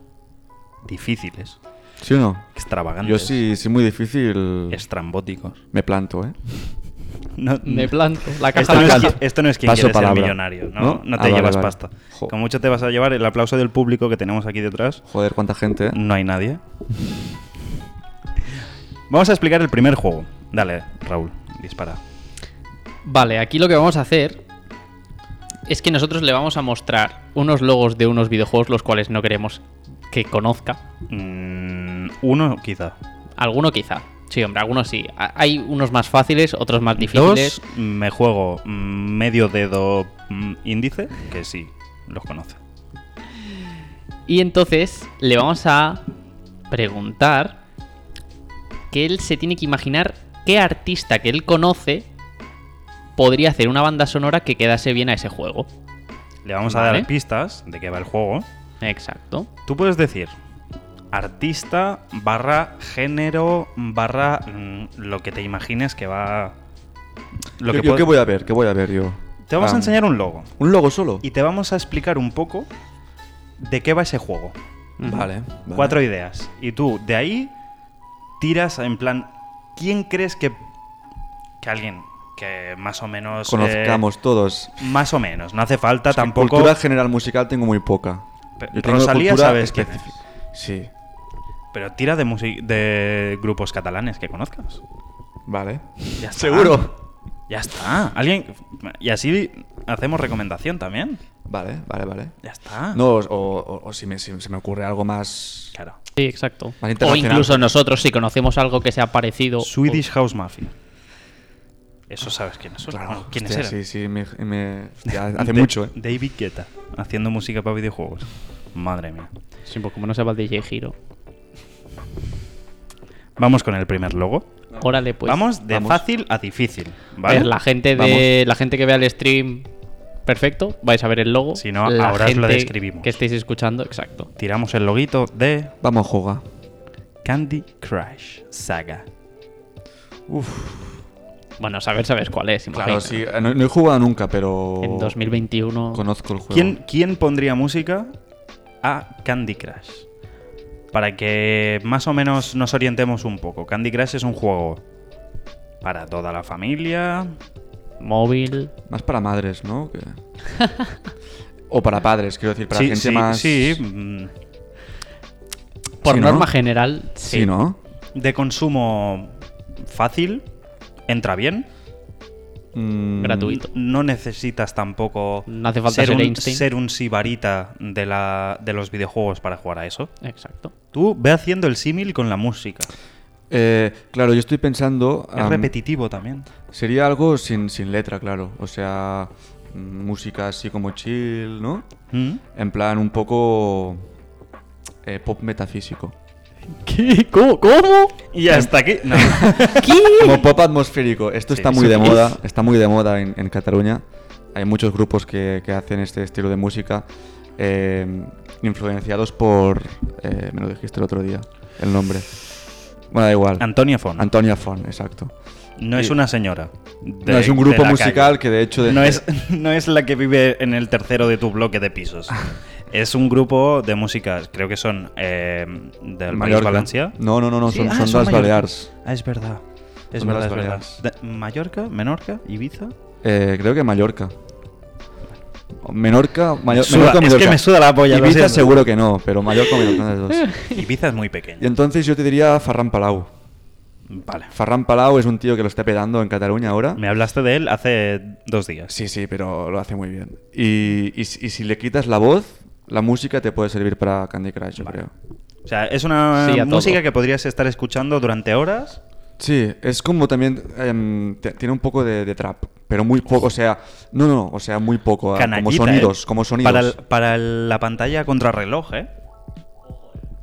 difíciles, ¿Sí o no? extravagantes, Yo sí, sí, muy difícil. estrambóticos. Me planto, ¿eh? No- Me planto. La Esto caja no, de es, caja. qui- esto no es quien Paso quiere ser palabra. millonario, ¿no? ¿No? No Ah, te vale, llevas vale. pasta. Jo. Como mucho te vas a llevar el aplauso del público que tenemos aquí detrás. Joder, cuánta gente, ¿eh? No hay nadie. Vamos a explicar el primer juego. Dale, Raúl, dispara. Vale, aquí lo que vamos a hacer es que nosotros le vamos a mostrar unos logos de unos videojuegos los cuales no queremos que conozca. Mm, uno, quizá. Alguno quizá. Sí, hombre, algunos sí. Ha- Hay unos más fáciles, otros más difíciles. Dos, me juego mm, medio dedo mm, índice, que sí, los conoce. Y entonces le vamos a preguntar que él se tiene que imaginar qué artista que él conoce podría hacer una banda sonora que quedase bien a ese juego. Le vamos a Vale. dar pistas de qué va el juego. Exacto. Tú puedes decir artista barra género barra mm, lo que te imagines que va... Lo Yo- que yo pod- ¿Qué voy a ver? ¿Qué voy a ver yo? Te vamos Ah, a enseñar un logo. ¿Un logo solo? y te vamos a explicar un poco de qué va ese juego. Vale, vale. Cuatro ideas. Y tú de ahí tiras en plan, ¿quién crees que, que alguien que más o menos... eh, Conozcamos todos. más o menos, no hace falta Es que tampoco... Cultura general musical tengo muy poca. Pe- Yo tengo Rosalía cultura sabes quién específica. Sí, Pero tira de, musi- de grupos catalanes que conozcas. vale. Ya está. Seguro. Ya está. Alguien... Y así hacemos recomendación también. Ah, Vale, vale, vale. Ya está. No, o, o- o si, me- si se me ocurre algo más. Ah. Claro. Sí, exacto. Más O internacional. incluso nosotros, si conocemos algo que sea parecido. Swedish House Mafia. Eso sabes quiénes son. Claro, Bueno, ¿Quiénes hostia, eran? Sí, sí, me. me- hostia, Da- hace mucho, ¿eh? David Guetta, haciendo música para videojuegos. Madre mía. Sí, pues como no sepa el DJ Giro. Vamos con el primer logo. Órale, pues. vamos de vamos. fácil a difícil, A ver, ¿vale? la gente de. La gente que vea el stream perfecto, vais a ver el logo. Si no, ahora os lo gente describimos. Que estéis escuchando, exacto. Tiramos el loguito de Vamos a jugar. Candy Crush Saga. Bueno, saber, sabes cuál es, Claro, imagino. sí. eh, No, no he jugado nunca, pero. En 2021. Conozco el juego. ¿Quién, quién pondría música a Candy Crush? Para que más o menos nos orientemos un poco. Candy Crush es un juego para toda la familia. Móvil. Más para madres, ¿no? Que- o para padres, quiero decir, para sí, gente sí, más. sí, mm, Por Sí, ¿no? norma general, sí. Sí, ¿no? de consumo fácil, entra bien. Mm, Gratuito. No necesitas tampoco No hace falta ser un, Einstein. ser un sibarita de, la, de los videojuegos para jugar a eso. Exacto. Tú ve haciendo el símil con la música. eh, claro, yo estoy pensando. es am, repetitivo también. Sería algo sin, sin letra, claro. O sea, mm, música así como chill, ¿no? ¿Mm? En plan, un poco. eh, pop metafísico. ¿Qué? ¿Cómo? ¿Cómo? Y hasta aquí. No. Como pop atmosférico. Esto Sí, está muy eso de es. moda. Está muy de moda en, en Cataluña. Hay muchos grupos que, que hacen este estilo de música eh, influenciados por. eh, me lo dijiste el otro día, el nombre. Bueno, da igual. Antonia Fon. Antonia Fon, exacto. no es y- una señora. de- no, es un de grupo la musical calle. que de hecho. de- No es, no es la que vive en el tercero de tu bloque de pisos. Es un grupo de músicas, creo que son eh, del País Mallorca. Valencia. No, no, no, no, Sí, son, ah, son son las Mallorca. Balears. Ah, es verdad. Es Son verdad, las es verdad. Baleares. De- Mallorca, Menorca, Ibiza. Eh, creo que Mallorca. O Menorca, Mayo- Suda, Menorca, es que Mallorca. me suda la polla, lo Ibiza siento. seguro que no, pero Mallorca, Mallorca, una de las dos. Ibiza es muy Y pequeña. entonces yo te diría Ferran Palau. Vale. Ferran Palau es un tío que lo está pedando en Cataluña ahora. Me hablaste de él hace dos días. Sí, sí, pero lo hace muy bien. Y, y si y si le quitas la voz, la música te puede servir para Candy Crush, yo creo. O sea, es una Sí, a todo. música que podrías estar escuchando durante horas. Sí, es como también. em, te- tiene un poco de, de trap, pero muy poco. O sea, no, no, o sea, muy poco. ah, como Canallita, sonidos, ¿eh? como sonidos. Para, el- para el- la pantalla contrarreloj, ¿eh?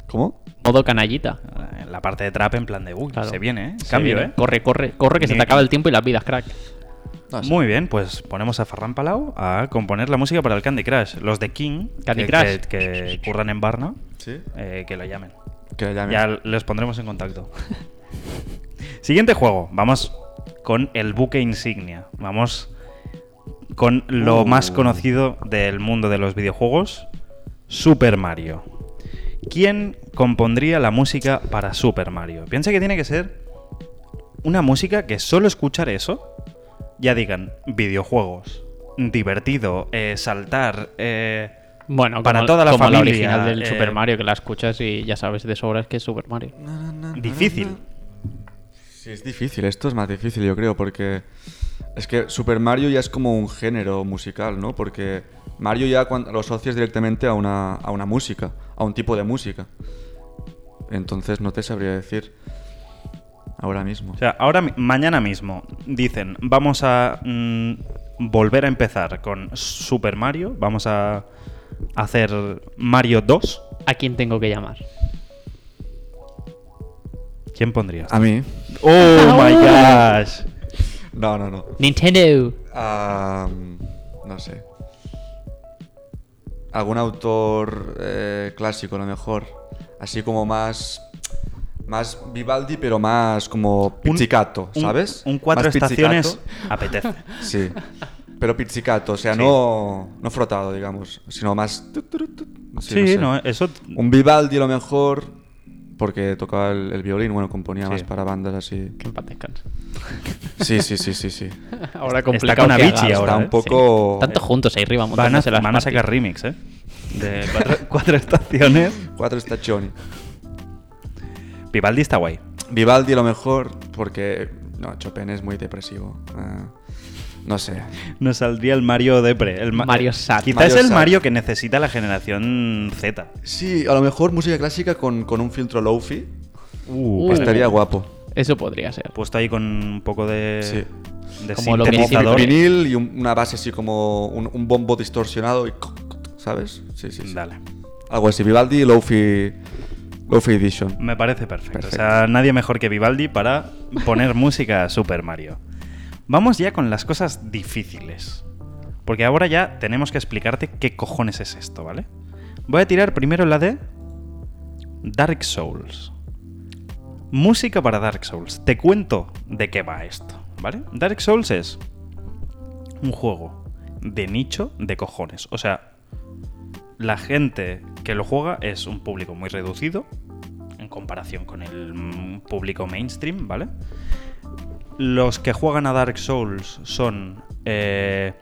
¿Cómo? Modo canallita. En la parte de trap en plan de, uy, Claro. se viene, ¿eh? Se Cambio, viene. ¿eh? Corre, corre, corre, que se te Ni- acaba el tiempo y las vidas, crack. No sé. Muy bien, pues ponemos a Ferran Palau a componer la música para el Candy Crush. Los de King, Candy que, Crush. que- que curran en Barna, Sí. eh, que lo llamen. Que la llamen. Ya les pondremos en contacto. Siguiente juego. Vamos con el buque insignia. Vamos con lo Uh. más conocido del mundo de los videojuegos, Super Mario. ¿Quién compondría la música para Super Mario? Piensa que tiene que ser una música que solo escuchar eso, ya digan, videojuegos, divertido, eh, saltar, eh, Bueno, Para como- toda la como familia, original del eh. Super Mario, que la escuchas y ya sabes de sobras que es Super Mario. difícil. Sí, es difícil, esto es más difícil yo creo, porque es que Super Mario ya es como un género musical, ¿no? Porque Mario ya cuando, lo asocias directamente a una, a una música, a un tipo de música. Entonces no te sabría decir ahora mismo. O sea, ahora, mi- mañana mismo dicen, vamos a mm, volver a empezar con Super Mario, vamos a hacer Mario 2. ¿A quién tengo que llamar? ¿Quién pondrías? a mí. ah, ¡Oh, my gosh! No, no, no. Nintendo. Ah, no sé. Algún autor eh, clásico, a lo mejor. Así como más. Más Vivaldi, pero más como Un- pizzicato, un- ¿sabes? Un, cuatro Más pizzicato. estaciones apetece. Sí. Pero pizzicato, o sea, Sí. no, no frotado, digamos. Sino más. tu, tu, tu, tu. Sí, sé. no, eh. eso... Un Vivaldi, a lo mejor. Porque tocaba el, el violín, bueno, componía Sí. más para bandas así. Que en paz descanse. Sí, sí, sí, sí, sí. Ahora con que Avicii hagas. ahora, Está ¿eh? un poco. Tanto juntos ahí arriba Van a, montándose las van a sacar parties. remix, ¿eh? De cuatro, cuatro estaciones. Cuatro estaciones. Vivaldi está guay. Vivaldi a lo mejor, porque no, Chopin es muy depresivo. Ah, no sé. Nos saldría el Mario Depre. El eh, Mario sad. Quizás Mario es el sad. Mario que necesita la generación Z. Sí, a lo mejor música clásica con, con un filtro lofi Uh, Uh. estaría guapo. Eso podría ser. puesto ahí con un poco de, Sí. de Como lo que sintetizador. sirve- Vinil y un- una base así como un, un bombo distorsionado y... coc, coc, ¿Sabes? Sí, sí, sí. Dale. Algo así, Vivaldi Lofi Lofi Edition. Me parece perfecto. Perfecto. O sea, nadie mejor que Vivaldi para poner música a Super Mario. Vamos ya con las cosas difíciles. Porque ahora ya tenemos que explicarte qué cojones es esto, ¿vale? Voy a tirar primero la de Dark Souls. Música para Dark Souls. Te cuento de qué va esto, ¿vale? Dark Souls es un juego de nicho de cojones. O sea, la gente que lo juega es un público muy reducido en comparación con el mm, público mainstream, ¿vale? Los que juegan a Dark Souls son eh,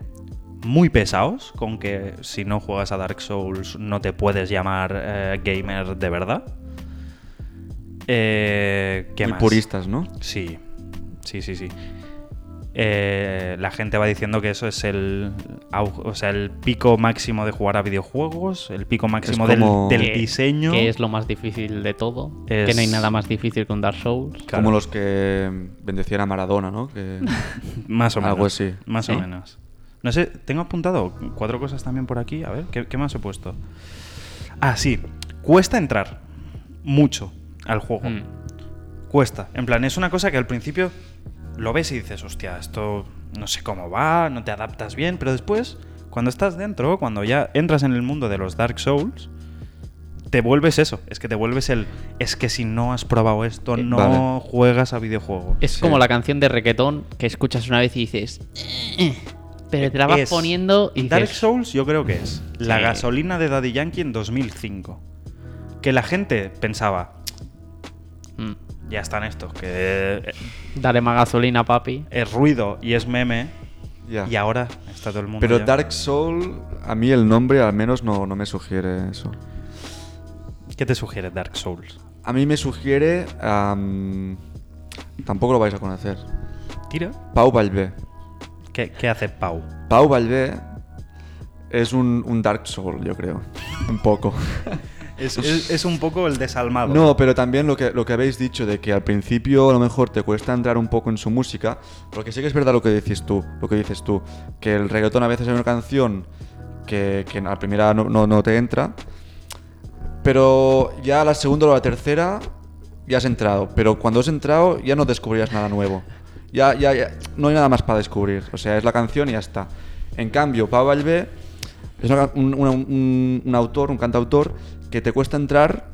muy pesados, con que si no juegas a Dark Souls no te puedes llamar eh, gamer de verdad. Eh, ¿Qué Muy más? puristas, ¿no? Sí, sí, sí, sí. Eh, la gente va diciendo que eso es el, au- o sea, el pico máximo de jugar a videojuegos, el pico máximo del- como- del, Que- diseño. Que es lo más difícil de todo. Que Es- no hay nada más difícil que un Dark Souls. Claro. Como los que bendecían a Maradona, ¿no? Que- Más o menos. Algo así. Más ¿Sí? o menos. No sé, tengo apuntado cuatro cosas también por aquí. A ver, ¿qué, qué más he puesto? Ah, sí. Cuesta entrar mucho al juego. Mm. Cuesta. En plan, es una cosa que al principio lo ves y dices, hostia, esto no sé cómo va, no te adaptas bien, pero después, cuando estás dentro, cuando ya entras en el mundo de los Dark Souls, te vuelves eso. Es que te vuelves el, es que si no has probado esto, Eh, no vale. juegas a videojuego. Es Sí. como la canción de reggaetón que escuchas una vez y dices. "Eh", Pero te la vas Es- poniendo y dices. Dark Souls yo creo que es la Sí. gasolina de Daddy Yankee en 2005. Que la gente pensaba, "Mm, ya están estos, que eh, Dale más gasolina, papi. es ruido y es meme. Ya. Y ahora está todo el mundo. Pero ya- Dark Soul, a mí el nombre al menos no, no me sugiere eso. ¿Qué te sugiere Dark Souls? A mí me sugiere... am, tampoco lo vais a conocer. Tira. Pau Valvé. ¿Qué, qué hace Pau? Pau Valvé es un, un Dark Soul, yo creo. Un poco. Es, es- es un poco el desalmado. No, pero también lo que, lo que habéis dicho de que al principio a lo mejor te cuesta entrar un poco en su música, porque sí que es verdad lo que dices tú, lo que dices tú, que el reggaetón a veces es una canción que, que a la primera no, no- no te entra, pero ya a la segunda o a la tercera ya has entrado, pero cuando has entrado ya no descubrirás nada nuevo. Ya, ya, ya- no hay nada más para descubrir, o sea, es la canción y ya está. En cambio, Pau Alvé es una- un, una- un- un autor, un cantautor, que te cuesta entrar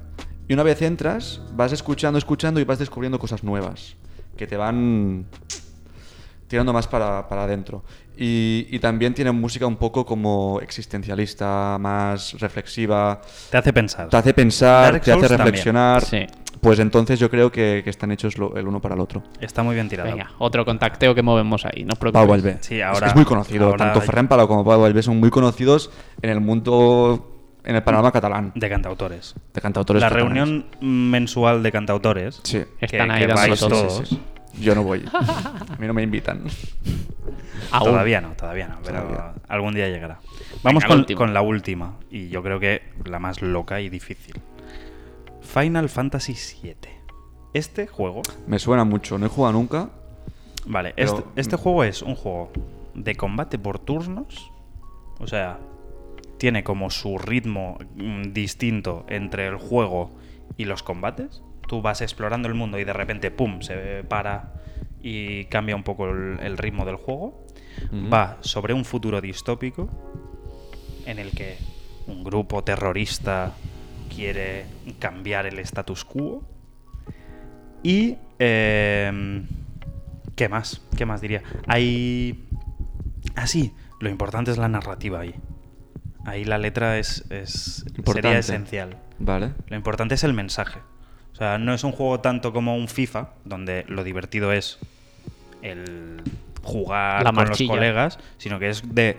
y una vez entras vas escuchando, escuchando y vas descubriendo cosas nuevas que te van tirando más para, para adentro. Y, y también tiene música un poco como existencialista, más reflexiva, Te hace pensar. te hace pensar, Dark te hace Souls también. reflexionar. Sí. Pues entonces yo creo que, que están hechos lo- el uno para el otro. Está muy bien tirado. Venga, otro contacteo que movemos ahí. No os Pau preocupéis. Valvé. Sí, Es- ahora- es, muy conocido. ahora- Tanto Ferran Palau como Pau Valvé son muy conocidos en el mundo, en el panorama catalán. De cantautores. de cantautores la catalanes. reunión mensual de cantautores. Sí. que- Están ahí que dándolo vais todo. todos. Sí, sí. Yo no voy. A mí no me invitan. Aún. Ah, Todavía no, todavía no, pero Todavía. algún día llegará. Vamos la con, última. con la última, y yo creo que la más loca y difícil. Final Fantasy VII. Este juego, Me suena mucho. No he jugado nunca. vale, Pero- este, este juego es un juego de combate por turnos, o sea, tiene como su ritmo mm, distinto entre el juego y los combates. Tú vas explorando el mundo y de repente, ¡pum!, se para y cambia un poco el- el ritmo del juego. Ujú. va sobre un futuro distópico en el que un grupo terrorista quiere cambiar el status quo. Y... em, ¿Qué más? ¿Qué más diría? Hay... Ah, sí, lo importante es la narrativa ahí. Ahí la letra es, es Importante. sería esencial. Vale. Lo importante es el mensaje. O sea, no es un juego tanto como un FIFA, donde lo divertido es el jugar La con marchilla. los colegas, sino que es de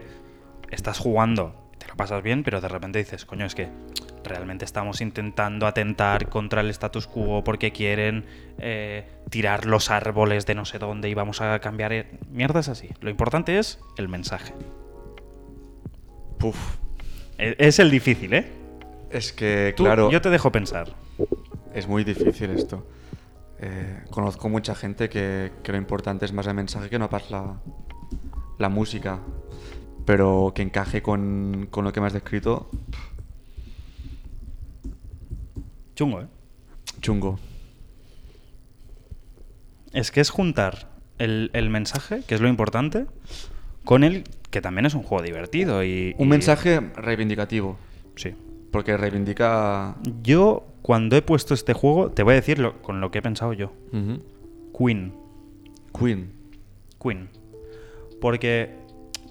estás jugando, te lo pasas bien, pero de repente dices, coño, es que realmente estamos intentando atentar contra el status quo porque quieren eh, tirar los árboles de no sé dónde y vamos a cambiar. e-". Mierdas así. Lo importante es el mensaje. Puf. E- Es el difícil, ¿eh? Es que, Tú- claro, Yo te dejo pensar. es muy difícil esto. Eh, conozco mucha gente que, que lo importante es más el mensaje que no pas la, la música. Pero que encaje con, con lo que me has descrito, Chungo, ¿eh? chungo. Es que es juntar el, el mensaje, que es lo importante, con él, que también es un juego divertido. Y, Un y- mensaje reivindicativo, Sí. porque reivindica... Yo, cuando he puesto este juego, te voy a decir lo- con lo que he pensado yo. Ujú. Queen. Queen. Queen. Porque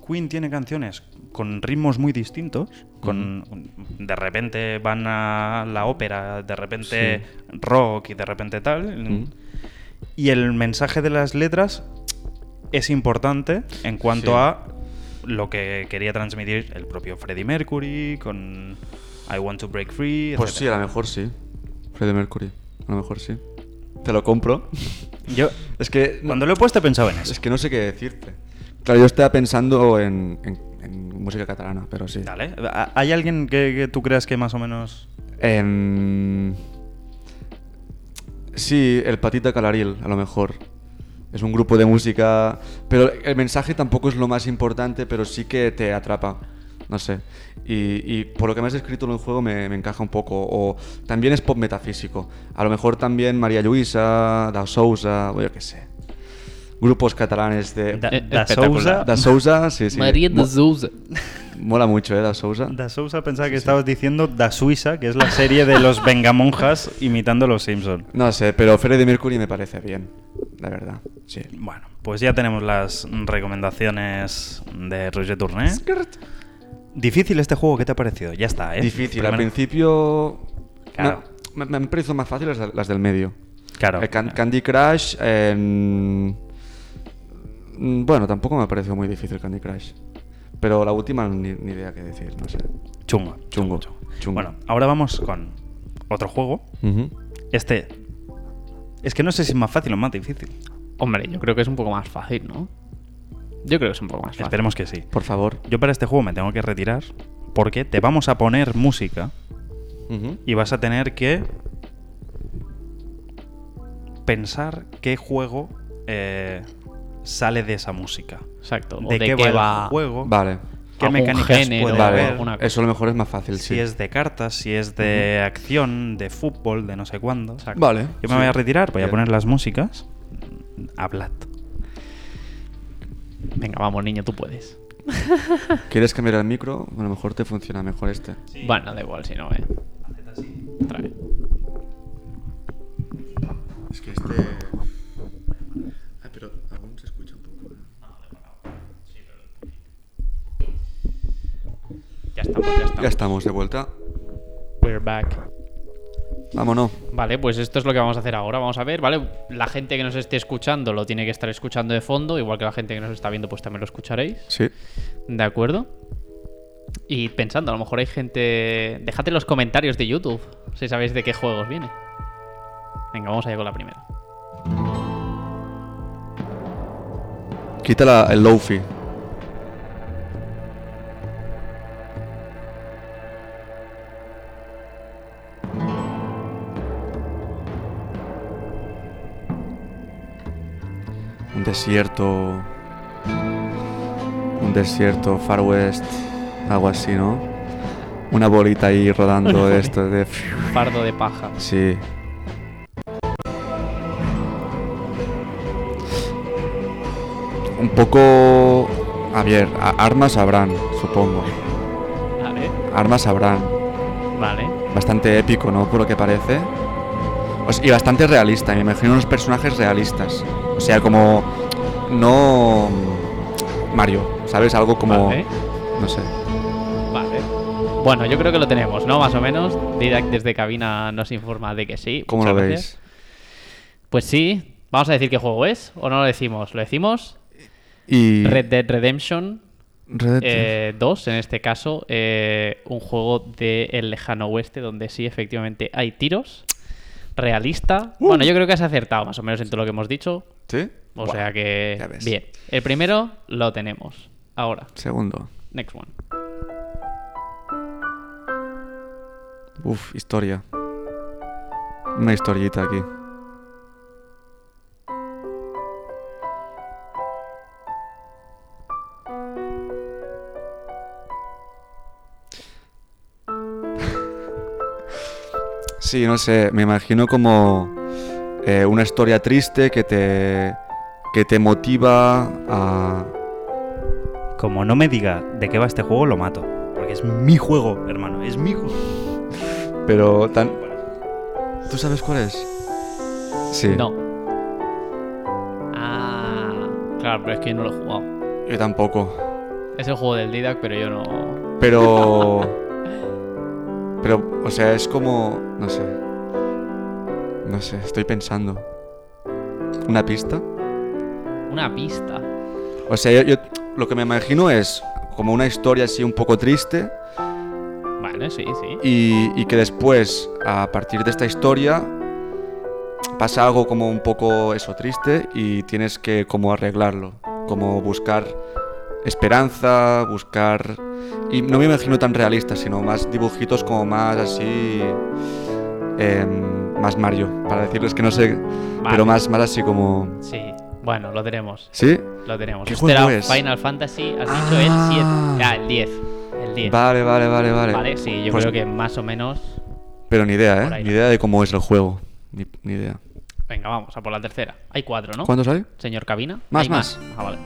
Queen tiene canciones con ritmos muy distintos. Con, De repente van a la ópera, de repente rock y de repente tal. Ujú. Y el mensaje de las letras es importante en cuanto Sí. a lo que quería transmitir el propio Freddie Mercury con I Want to Break Free. Pues sí, etcétera. a lo mejor sí. Freddie Mercury, a lo mejor sí. Te lo compro. Yo es que... cuando lo he puesto he pensado en eso. Es que no sé qué decirte. Claro, yo estaba pensando en, en- en música catalana, pero sí. Dale. ¿ha- ¿Hay alguien que, que tú creas que más o menos... Em, sí, el Patita Calaril, a lo mejor. Es un grupo de música. Pero el mensaje tampoco es lo más importante, pero sí que te atrapa. No sé. Y, y por lo que me has descrito en el juego me, me encaja un poco. O también es pop metafísico. A lo mejor también María Luisa, Da Sousa, o yo qué sé. Grupos catalanes de. Da, Eh, Da espectacular. Sousa... Da Sousa, sí, sí. María de Mo- Sousa. Mola mucho, ¿eh? Da Sousa. Da Sousa pensaba que estabas diciendo Da Suiza, que es la serie de los vengamonjas imitando a los Simpson. No sé, pero Freddie Mercury me parece bien, la verdad. Sí. Bueno, pues ya tenemos las recomendaciones de Roger Tourné. Difícil este juego, ¿qué te ha parecido? Ya está, ¿eh? Difícil. Al Primero- principio. Claro. Me, me han parecido más fáciles las, las del medio. Claro. Eh, Can- Candy Crush. eh, mm, Bueno, tampoco me ha parecido muy difícil Candy Crush. Pero la última ni, ni idea qué decir, no sé. Chungo. Chungo, chungo. Bueno, ahora vamos con otro juego. Ujú. Este. Es que no sé si es más fácil o más difícil. Hombre, yo creo que es un poco más fácil, ¿no? Yo creo que es un poco más fácil. Esperemos que sí. Por favor. Yo para este juego me tengo que retirar porque te vamos a poner música Ujú. y vas a tener que pensar qué juego eh, sale de esa música. Exacto. o ¿De, qué, va, el juego? Vale. ¿Qué algún mecánicas género, puede Vale. haber? alguna cosa. Eso a lo mejor es más fácil, sí. Si es de cartas, si es de acción, de fútbol, de no sé cuándo. Exacto. Vale. Yo me sí. Eh. voy a retirar, voy a Bien. poner las músicas. Hablad. Venga, vamos, niño, tú puedes. ¿Quieres cambiar el micro? A lo mejor te funciona mejor este. Bueno, da igual si no, ¿eh? Otra vez. Es que este. Ah, pero aún se escucha un poco. Ah, Ya estamos, ya estamos. Ya estamos de vuelta. We're back. Vámonos. Vale, pues esto es lo que vamos a hacer ahora. Vamos a ver, ¿vale? La gente que nos esté escuchando lo tiene que estar escuchando de fondo, igual que la gente que nos está viendo, pues también lo escucharéis. Sí. ¿De acuerdo? Y pensando, a lo mejor hay gente. Dejad en los comentarios de YouTube si sabéis de qué juegos viene. Venga, vamos allá con la primera. Quita la- el lofi. Un desierto. Un desierto, Far West. Algo así, ¿no? Una bolita ahí rodando de esto. De... Fardo de paja. Sí. Un poco... A ver, a- armas habrán, supongo. Vale, Armas habrán. vale. Bastante épico, ¿no? Por lo que parece. O sea, y bastante realista, me imagino unos personajes realistas. O sea, como... No... Mario, ¿sabes? Algo como... Vale. No sé. Vale. Bueno, yo creo que lo tenemos, ¿no? Más o menos. Didac desde cabina nos informa de que sí. ¿Cómo Muchas lo gracias. veis? Pues sí. Vamos a decir qué juego es, o no lo decimos. Lo decimos. Y... Red Dead Redemption Red Dead- eh, 2, en este caso. eh, un juego del lejano oeste donde sí, efectivamente, hay tiros. Realista. Uh. Bueno, yo creo que has acertado más o menos en todo lo que hemos dicho. ¿Sí? O Buah. sea que. ya ves. Bien. El primero lo tenemos. Ahora, Segundo. next one. Uf, historia. Una historillita aquí. Sí, no sé, me imagino como eh, una historia triste que te, que te motiva a, como no me diga de qué va este juego, lo mato. Porque es mi juego, hermano, es mi juego. Pero tan. ¿Tú sabes cuál es? Sí. No. Ah, claro, pero es que yo no lo he jugado. Yo tampoco. Es el juego del Didac, pero yo no. Pero. Pero, o sea, es como. No sé. No sé, estoy pensando. ¿Una pista? Una pista. O sea, yo, yo lo que me imagino es como una historia así un poco triste. Vale, sí, sí. y, y que después, a partir de esta historia, pasa algo como un poco eso triste y tienes que como arreglarlo, como buscar esperanza, buscar... Y no me imagino tan realista, sino más dibujitos como más así... em, más Mario, para decirles que no sé, Vale. pero más, más así como... Sí. Bueno, lo tenemos. ¿Sí? Lo tenemos. ¿Qué Este era juego es? Final Fantasy, has dicho Ah. el 7. Ah, el 10. El 10. Vale, vale, vale, vale. Vale, sí, yo Pues- creo que más o menos. Pero ni por idea, ¿eh? ahí. Ni idea de cómo es el juego. Ni, ni idea. Venga, vamos a por la tercera. Hay cuatro, ¿no? ¿Cuántos hay? Señor Cabina. Más, Hay Ah, vale.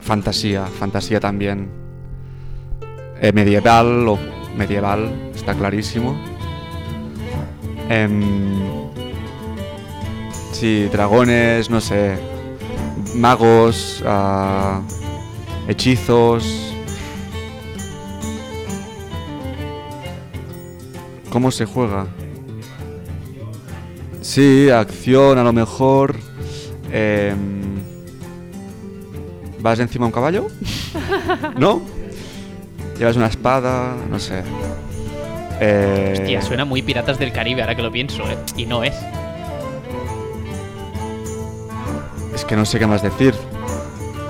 Fantasía, fantasía también. Eh, medieval o medieval, está clarísimo. Em, sí, dragones, no sé. Magos, ah, hechizos. ¿Cómo se juega? Sí, acción a lo mejor. Em, ¿Vas encima de un caballo? ¿No? ¿Llevas una espada? No sé. Eh, Hostia, suena muy Piratas del Caribe ahora que lo pienso, ¿eh? Y no es. Es que no sé qué más decir.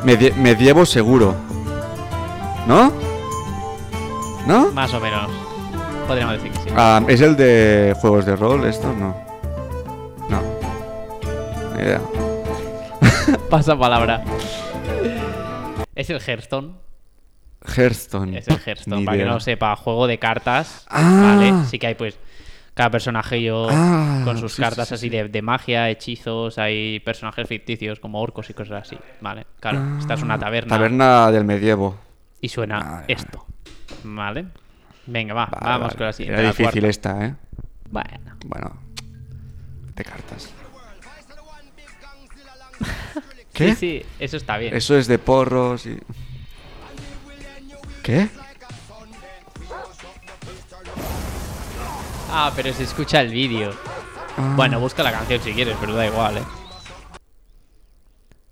Medie- medievo seguro. ¿No? ¿No? Más o menos. Podríamos decir que sí. Ah, ¿Es el de juegos de rol esto? No. No. Ni idea. Pasa palabra. Es el Hearthstone. Hearthstone. Es el Hearthstone. Ni Para que idea. no lo sepa, juego de cartas. Ah. Vale. Sí que hay pues. Cada personaje yo Ah, con sus sí, cartas sí, sí, así sí. De, de magia, hechizos, hay personajes ficticios como orcos y cosas así. Vale, claro, esta es una taberna, Ah. Taberna del medievo. y suena Vale, vale. esto. Vale. Venga, va, Vale, vamos vale. con la siguiente. Era la difícil cuarta. esta, ¿eh? Bueno. Bueno. De cartas. Sí, sí, eso está bien. Eso es de porros y... ¿Qué? Ah, pero se escucha el vídeo. Bueno, busca la canción si quieres, pero da igual, eh.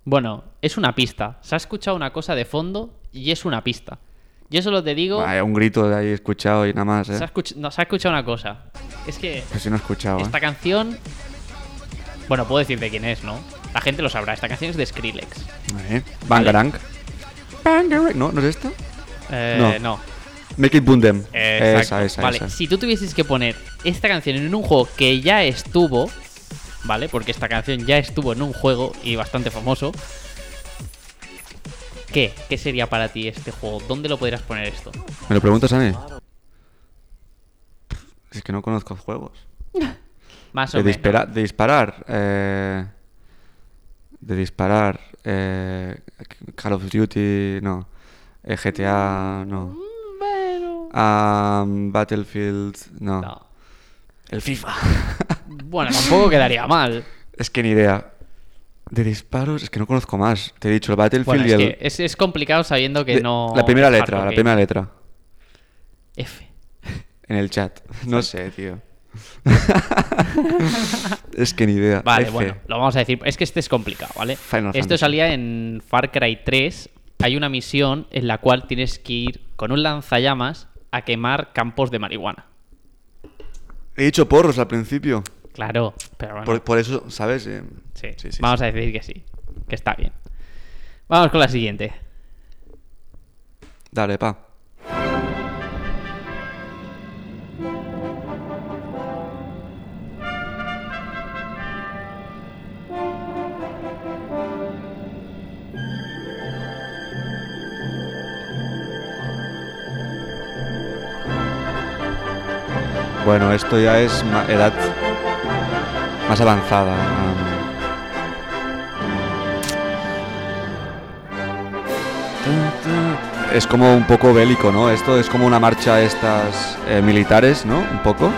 Bueno, es una pista. Se ha escuchado una cosa de fondo y es una pista. Yo solo te digo. Vaya, un grito de ahí escuchado y nada más, Se ha, ¿eh? escuch- no, se ha escuchado una cosa. Es que Que si no he escuchado, ¿eh? esta canción. Bueno, puedo decir de quién es, ¿no? La gente lo sabrá. Esta canción es de Skrillex. ¿Eh? Bangarang. Bangarang. ¿No? ¿No es esta? Eh, No. no. Make it Bundem. Eh, Esa, exacto. esa, vale, esa. si tú tuvieses que poner esta canción en un juego que ya estuvo, ¿vale? Porque esta canción ya estuvo en un juego y bastante famoso. ¿Qué? ¿Qué sería para ti este juego? ¿Dónde lo podrías poner esto? ¿Me lo preguntas a mí? Es que no conozco juegos. Más o De, menos. dispara- de disparar. eh, de disparar. eh, Call of Duty, no. Eh, GTA, no. Mm. Am, Battlefield, Ah, no. No. El FIFA. Bueno, tampoco quedaría mal. es que ni idea. De disparos, es que no conozco más. Te he dicho el Battlefield Bueno, es y el. que es, es complicado sabiendo que de- no. La primera es letra, la hardcore primera letra. game. F. En el chat. No sé, tío. es que ni idea. Vale, F. bueno, lo vamos a decir. Es que este es complicado, ¿vale? Final Esto Fantasy. salía en Far Cry 3. Hay una misión en la cual tienes que ir con un lanzallamas a quemar campos de marihuana. He dicho porros al principio. Claro, pero bueno. Por, por eso, ¿sabes? Eh, sí. sí, sí, vamos a decir que sí, que está bien. Vamos con la siguiente. Dale, pa. Bueno, esto ya es ma- edad más avanzada. am. Es como un poco bélico, ¿no? Esto es como una marcha de estas eh, militares, ¿no? Un poco.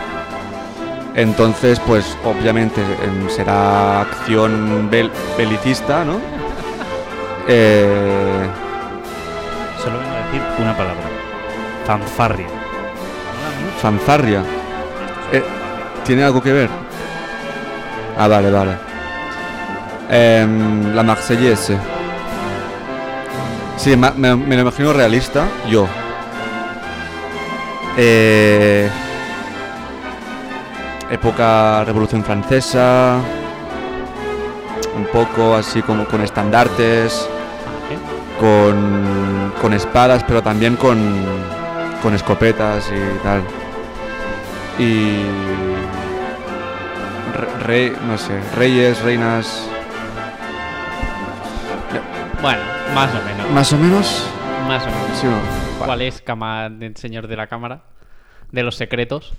Entonces, pues obviamente em, será acción bel- belicista, ¿no? Eh, Solo vengo a decir una palabra. Fanfarria. fanfarria. Eh, ¿Tiene algo que ver? Ah, vale, vale. Em, la Marseillaise. Sí, ma- me, me lo imagino realista, yo. Eh, época Revolución Francesa. Un poco así como con estandartes. Con, con espadas, pero también con, con escopetas y tal. Y. re- Rey, no sé, reyes, reinas. Bueno, más o menos. Más o menos. Más o menos. Sí, o no. Va. ¿Cuál es cama del señor de la cámara? De los secretos.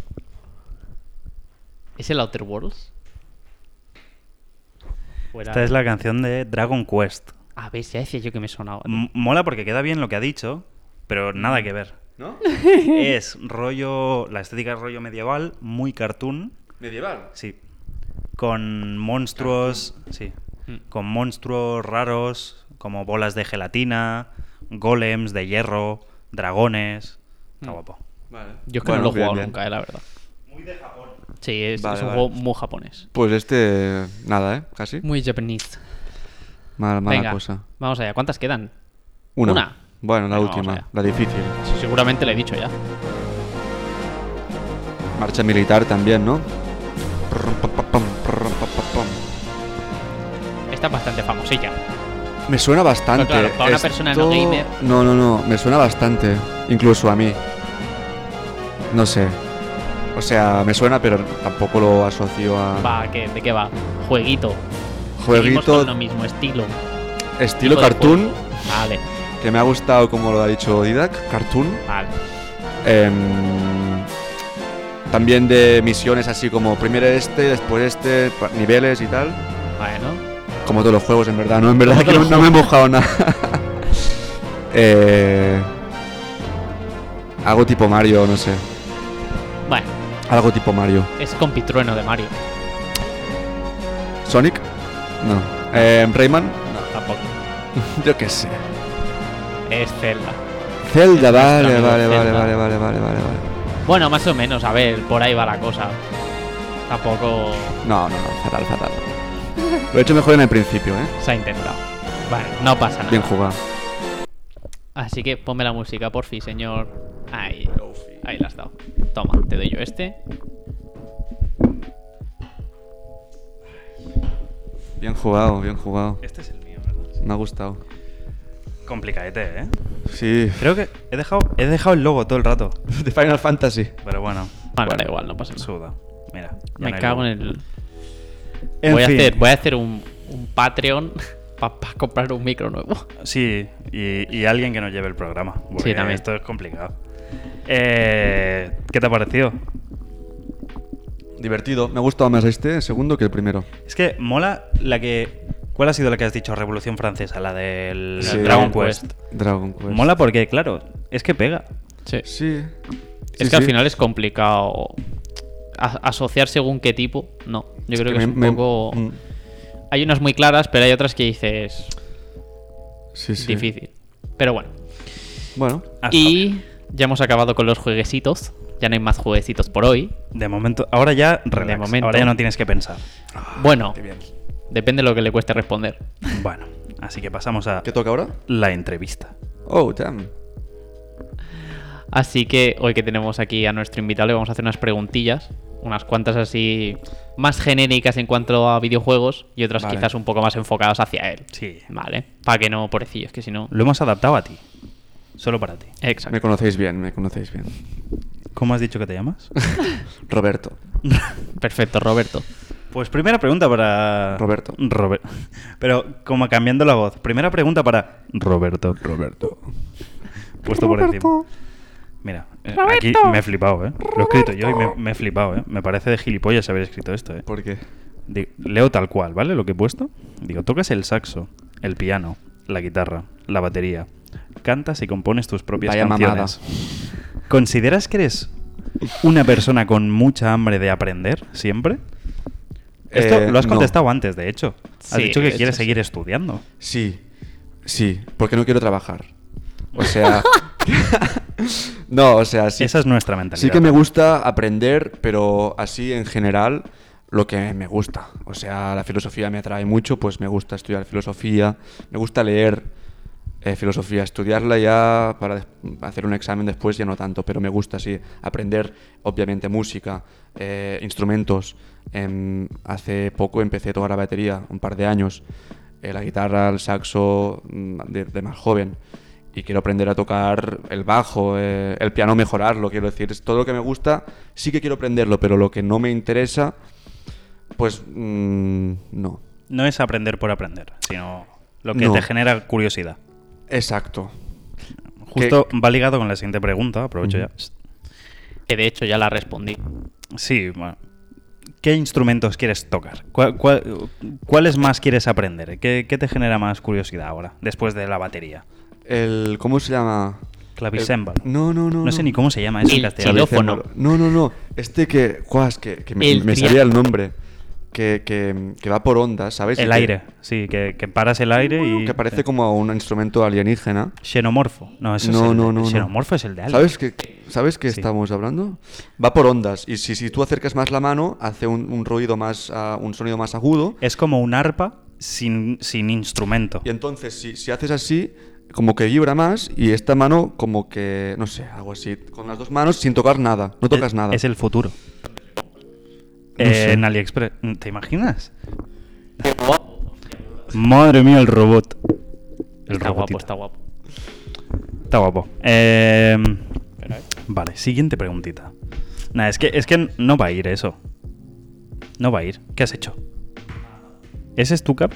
¿Es el Outer Worlds? ¿O era- Esta es la canción de Dragon Quest. A ver, ya decía yo que me sonaba. Mm, M- mola porque queda bien lo que ha dicho, pero nada que ver. ¿No? es rollo. La estética es rollo medieval, muy cartoon. Medieval. Sí. Con monstruos. Sí. Mm. Con monstruos raros, como bolas de gelatina, golems de hierro, dragones. Está Mm. guapo. Vale. Yo es que no lo he jugado nunca, eh, la verdad. Muy de Japón. Sí, es, Vale, es un vale. juego muy japonés. Pues este, nada, ¿eh? Casi. Muy japonés. Mal- mala Venga, cosa. vamos allá. ¿Cuántas quedan? Una. Una. Bueno, la Venga, vamos última, allá. la difícil. Sí, seguramente le he dicho ya. Marcha militar también, ¿no? Prr, pa, pa, pam, prr, pa, pa, pam. Esta es bastante famosilla. Me suena bastante. Pero claro, para una persona no gamer. No, no, no, me suena bastante. Incluso a mí. No sé. O sea, me suena, pero tampoco lo asocio a. Va, ¿qué- ¿de qué va? Jueguito. Seguimos Ah. Jueguito con lo mismo, estilo. estilo Tipo de cartoon, juego. Vale, que me ha gustado como lo ha dicho Didac, cartoon. vale. Em, también de misiones así como primero este, después este, pa- niveles y tal. Bueno. Como todos los juegos, en verdad, ¿no? En verdad Como que no, todos no me he mojado nada. Eh, algo tipo Mario, no sé. Bueno, Algo tipo Mario. es compitrueno de Mario. ¿Sonic? No. Em, ¿Rayman? Tampoco. Yo qué sé. Es Zelda. Zelda, Es nuestro vale, amigo vale, vale, Zelda. vale, vale, vale, vale, vale. Bueno, más o menos, a ver, por ahí va la cosa. Tampoco No, no, no, fatal, fatal. Lo he hecho mejor en el principio, ¿eh? se ha intentado. Vale, no pasa nada. Bien jugado. Así que ponme la música, por fin, señor. Ahí. Ahí la has dado. Toma, te doy yo este. Bien jugado, bien jugado. Este es el mío, ¿verdad? Me ha gustado. Complicadete, ¿eh? Sí. Creo que he dejado, he dejado el logo todo el rato. De Final Fantasy. Pero bueno, Vale, da igual, no pasa nada. suda. Mira. ya Me no hay cago logo. en el. En voy, fin. a hacer, voy a hacer un, un Patreon para comprar un micro nuevo. Sí, y, y alguien que nos lleve el programa. Porque Sí, también. Esto es complicado. Eh, ¿Qué te ha parecido? Divertido. Me ha gustado más este segundo que el primero. Es que mola la que. ¿Cuál ha sido la que has dicho? Revolución Francesa, la del Sí. pues. Dragon Dragon Quest. Quest. Dragon Quest. Mola porque, claro, es que pega. Sí. Sí. es que al final es complicado a- asociar según qué tipo. No, yo creo que, es un poco. mm. Hay unas muy claras, pero hay otras que dices. Sí, sí. Difícil. Pero bueno. Bueno, Hasta- Y ya hemos acabado con los jueguecitos. Ya no hay más jueguecitos por hoy. De momento, ahora ya relax. momento. Ahora ya no tienes que pensar. Bueno, qué bien. depende de lo que le cueste responder. Bueno, así que pasamos a ¿Qué toca ahora? la entrevista. Oh, damn. Así que hoy que tenemos aquí a nuestro invitado le vamos a hacer unas preguntillas, unas cuantas así más genéricas en cuanto a videojuegos y otras Vale. quizás un poco más enfocadas hacia él. Sí. Vale, para que no, pobrecillo, es que si no... Lo hemos adaptado a ti. Solo para ti. Exacto. Me conocéis bien, me conocéis bien. ¿Cómo has dicho que te llamas? Roberto. Perfecto, Roberto. Pues primera pregunta para... Roberto. Robe- Pero como cambiando la voz. Primera pregunta para Roberto. Roberto. Puesto por encima. Mira, eh, aquí me he flipado, ¿eh? Lo he escrito yo y me, me he flipado, ¿eh? Me parece de gilipollas haber escrito esto, ¿eh? ¿Por qué? Di- Leo tal cual, ¿vale? Lo que he puesto. Digo, tocas el saxo, el piano, la guitarra, la batería, cantas y compones tus propias Vaya canciones. ¿Consideras que eres una persona con mucha hambre de aprender siempre? Esto Eh, lo has no. contestado antes, de hecho. Has Sí, dicho que esto quieres sí. seguir estudiando. Sí, sí, porque no quiero trabajar. O sea. no, o sea, sí. Esa es nuestra mentalidad. Sí que me gusta aprender, pero así en general lo que me gusta. O sea, la filosofía me atrae mucho, pues me gusta estudiar filosofía, me gusta leer eh, filosofía, estudiarla ya para des- hacer un examen después ya no tanto, pero me gusta sí aprender obviamente música, eh, instrumentos. Em, hace poco empecé a tocar la batería, un par de años, eh, la guitarra, el saxo, mm, de- de más joven y quiero aprender a tocar el bajo, eh, el piano mejorarlo, quiero decir, es todo lo que me gusta, sí que quiero aprenderlo, pero lo que no me interesa, pues mm, no. No es aprender por aprender, sino lo que No. te genera curiosidad. Exacto. Justo va ligado con la siguiente pregunta, aprovecho ya. Que de hecho ya la respondí. Sí, bueno. ¿Qué instrumentos quieres tocar? ¿Cuál- cuál- ¿Cuáles más quieres aprender? ¿Qué, qué te genera más curiosidad ahora, después de la batería? El, ¿Cómo se llama? Clavicémbalo. El- no, no, no. No sé ni cómo se llama eso en El castellano. chilófono. Clavicémbalo. No, no, no. Este que, cuas, que, que me, El me tria- sabía el nombre, que, que- que va por ondas, ¿sabes? Y El que- aire, sí, que, que paras el aire y... Que parece como un instrumento alienígena. Xenomorfo. No, ese es No, el no, de- no, no. Xenomorfo es el de Alien. ¿Sabes qué, ¿sabes qué Sí. estamos hablando? Va por ondas. Y si, si tú acercas más la mano, hace un, un ruido más, ah, un sonido más agudo. Es como un arpa sin, sin instrumento. Y entonces, si, si haces así, como que vibra más. Y esta mano, como que, no sé, algo así. Con las dos manos, sin tocar nada. No tocas Es- nada. Es el futuro. No Eh, sé. en AliExpress. ¿Te imaginas? Madre mía, el robot. El está robotito. guapo, está guapo. Está guapo. Eh, vale, siguiente preguntita. Nah, es que, es que no va a ir eso. No va a ir. ¿Qué has hecho? ¿Ese es tu cap?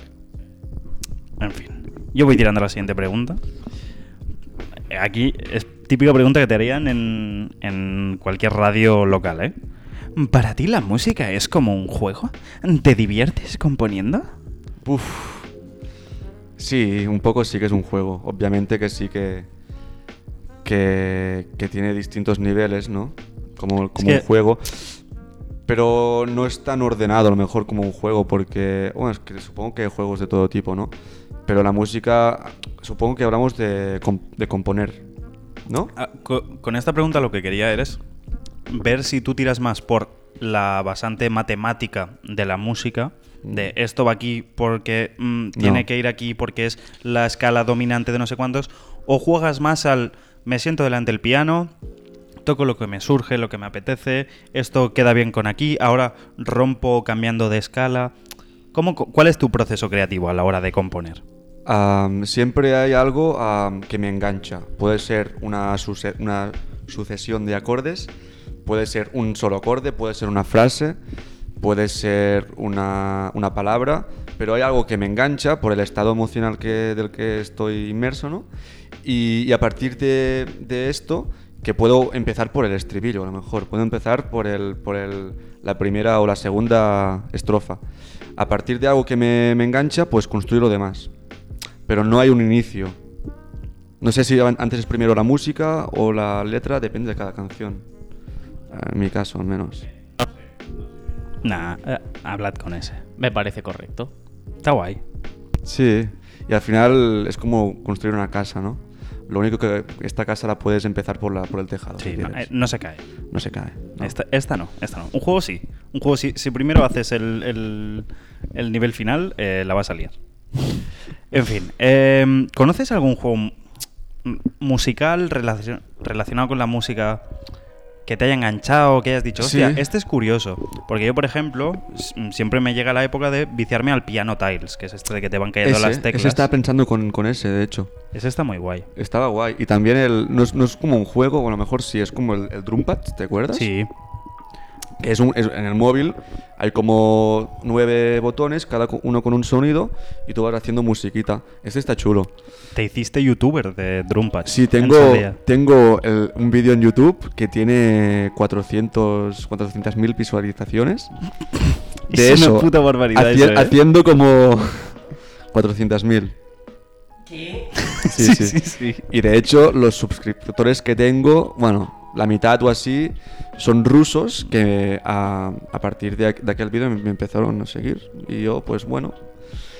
En fin. Yo voy tirando la siguiente pregunta. Aquí es típica pregunta que te harían en, en cualquier radio local, ¿eh? ¿Para ti la música es como un juego? ¿Te diviertes componiendo? Uf. Sí, un poco sí que es un juego. Obviamente que sí que. que, que tiene distintos niveles, ¿no? Como, como que- un juego. Pero no es tan ordenado a lo mejor como un juego, porque. Bueno, es que supongo que hay juegos de todo tipo, ¿no? Pero la música. Supongo que hablamos de, com- de componer, ¿no? Ah, co- con esta pregunta lo que quería eres ver si tú tiras más por la basante matemática de la música, de esto va aquí porque mm, tiene Mm. No. que ir aquí porque es la escala dominante de no sé cuántos, o juegas más al me siento delante del piano, toco lo que me surge, lo que me apetece, esto queda bien con aquí, ahora rompo cambiando de escala. ¿Cómo, co- ¿Cuál es tu proceso creativo a la hora de componer? Am, siempre hay algo am, que me engancha. Puede ser una, suce- una sucesión de acordes, puede ser un solo acorde, puede ser una frase, puede ser una, una palabra, pero hay algo que me engancha por el estado emocional que, del que estoy inmerso, ¿no? Y, y a partir de, de esto, que puedo empezar por el estribillo, a lo mejor, puedo empezar por, el, por el- la primera o la segunda estrofa. A partir de algo que me, me engancha, pues construir lo demás pero no hay un inicio. No sé si an- antes es primero la música o la letra, depende de cada canción. En mi caso, al menos. Nah, eh, hablad con ese. Me parece correcto. Está guay. Sí, y al final es como construir una casa, ¿no? Lo único que esta casa la puedes empezar por, la, por el tejado. Sí, Pues si no, quieres. eh, no se cae. No se cae. ¿no? Esta, esta no, esta no. Un juego sí. Un juego sí. Si primero haces el, el- el nivel final, eh, la vas a liar. En fin, em, ¿conoces algún juego mu- m- musical relacion- relacionado con la música que te haya enganchado, que hayas dicho, Sí. hostia, este es curioso? Porque yo, por ejemplo, s- m, siempre me llega la época de viciarme al piano tiles, que es esto de que te van cayendo Ese, las teclas. ese estaba pensando con, con ese, de hecho. Ese está muy guay. Estaba guay. Y también el, no, es, no es como un juego, o a lo mejor sí, es como el, el Drumpad, ¿te acuerdas? Sí. que es, un- es- en el móvil hay como nueve botones, cada co- uno con un sonido, y tú vas haciendo musiquita. Este está chulo. Te hiciste youtuber de Drumpad. Sí, en tengo, su día. tengo el- un vídeo en YouTube que tiene 400 400.000 visualizaciones. De Es una eso, puta barbaridad ¿eh? haci- eso, ¿eh? haciendo como 400.000. Sí, sí, Y de hecho, los suscriptores que tengo, bueno, la mitad o así, son rusos que a, a partir de, aqu- de aquel vídeo me, me empezaron a seguir. Y yo, pues bueno,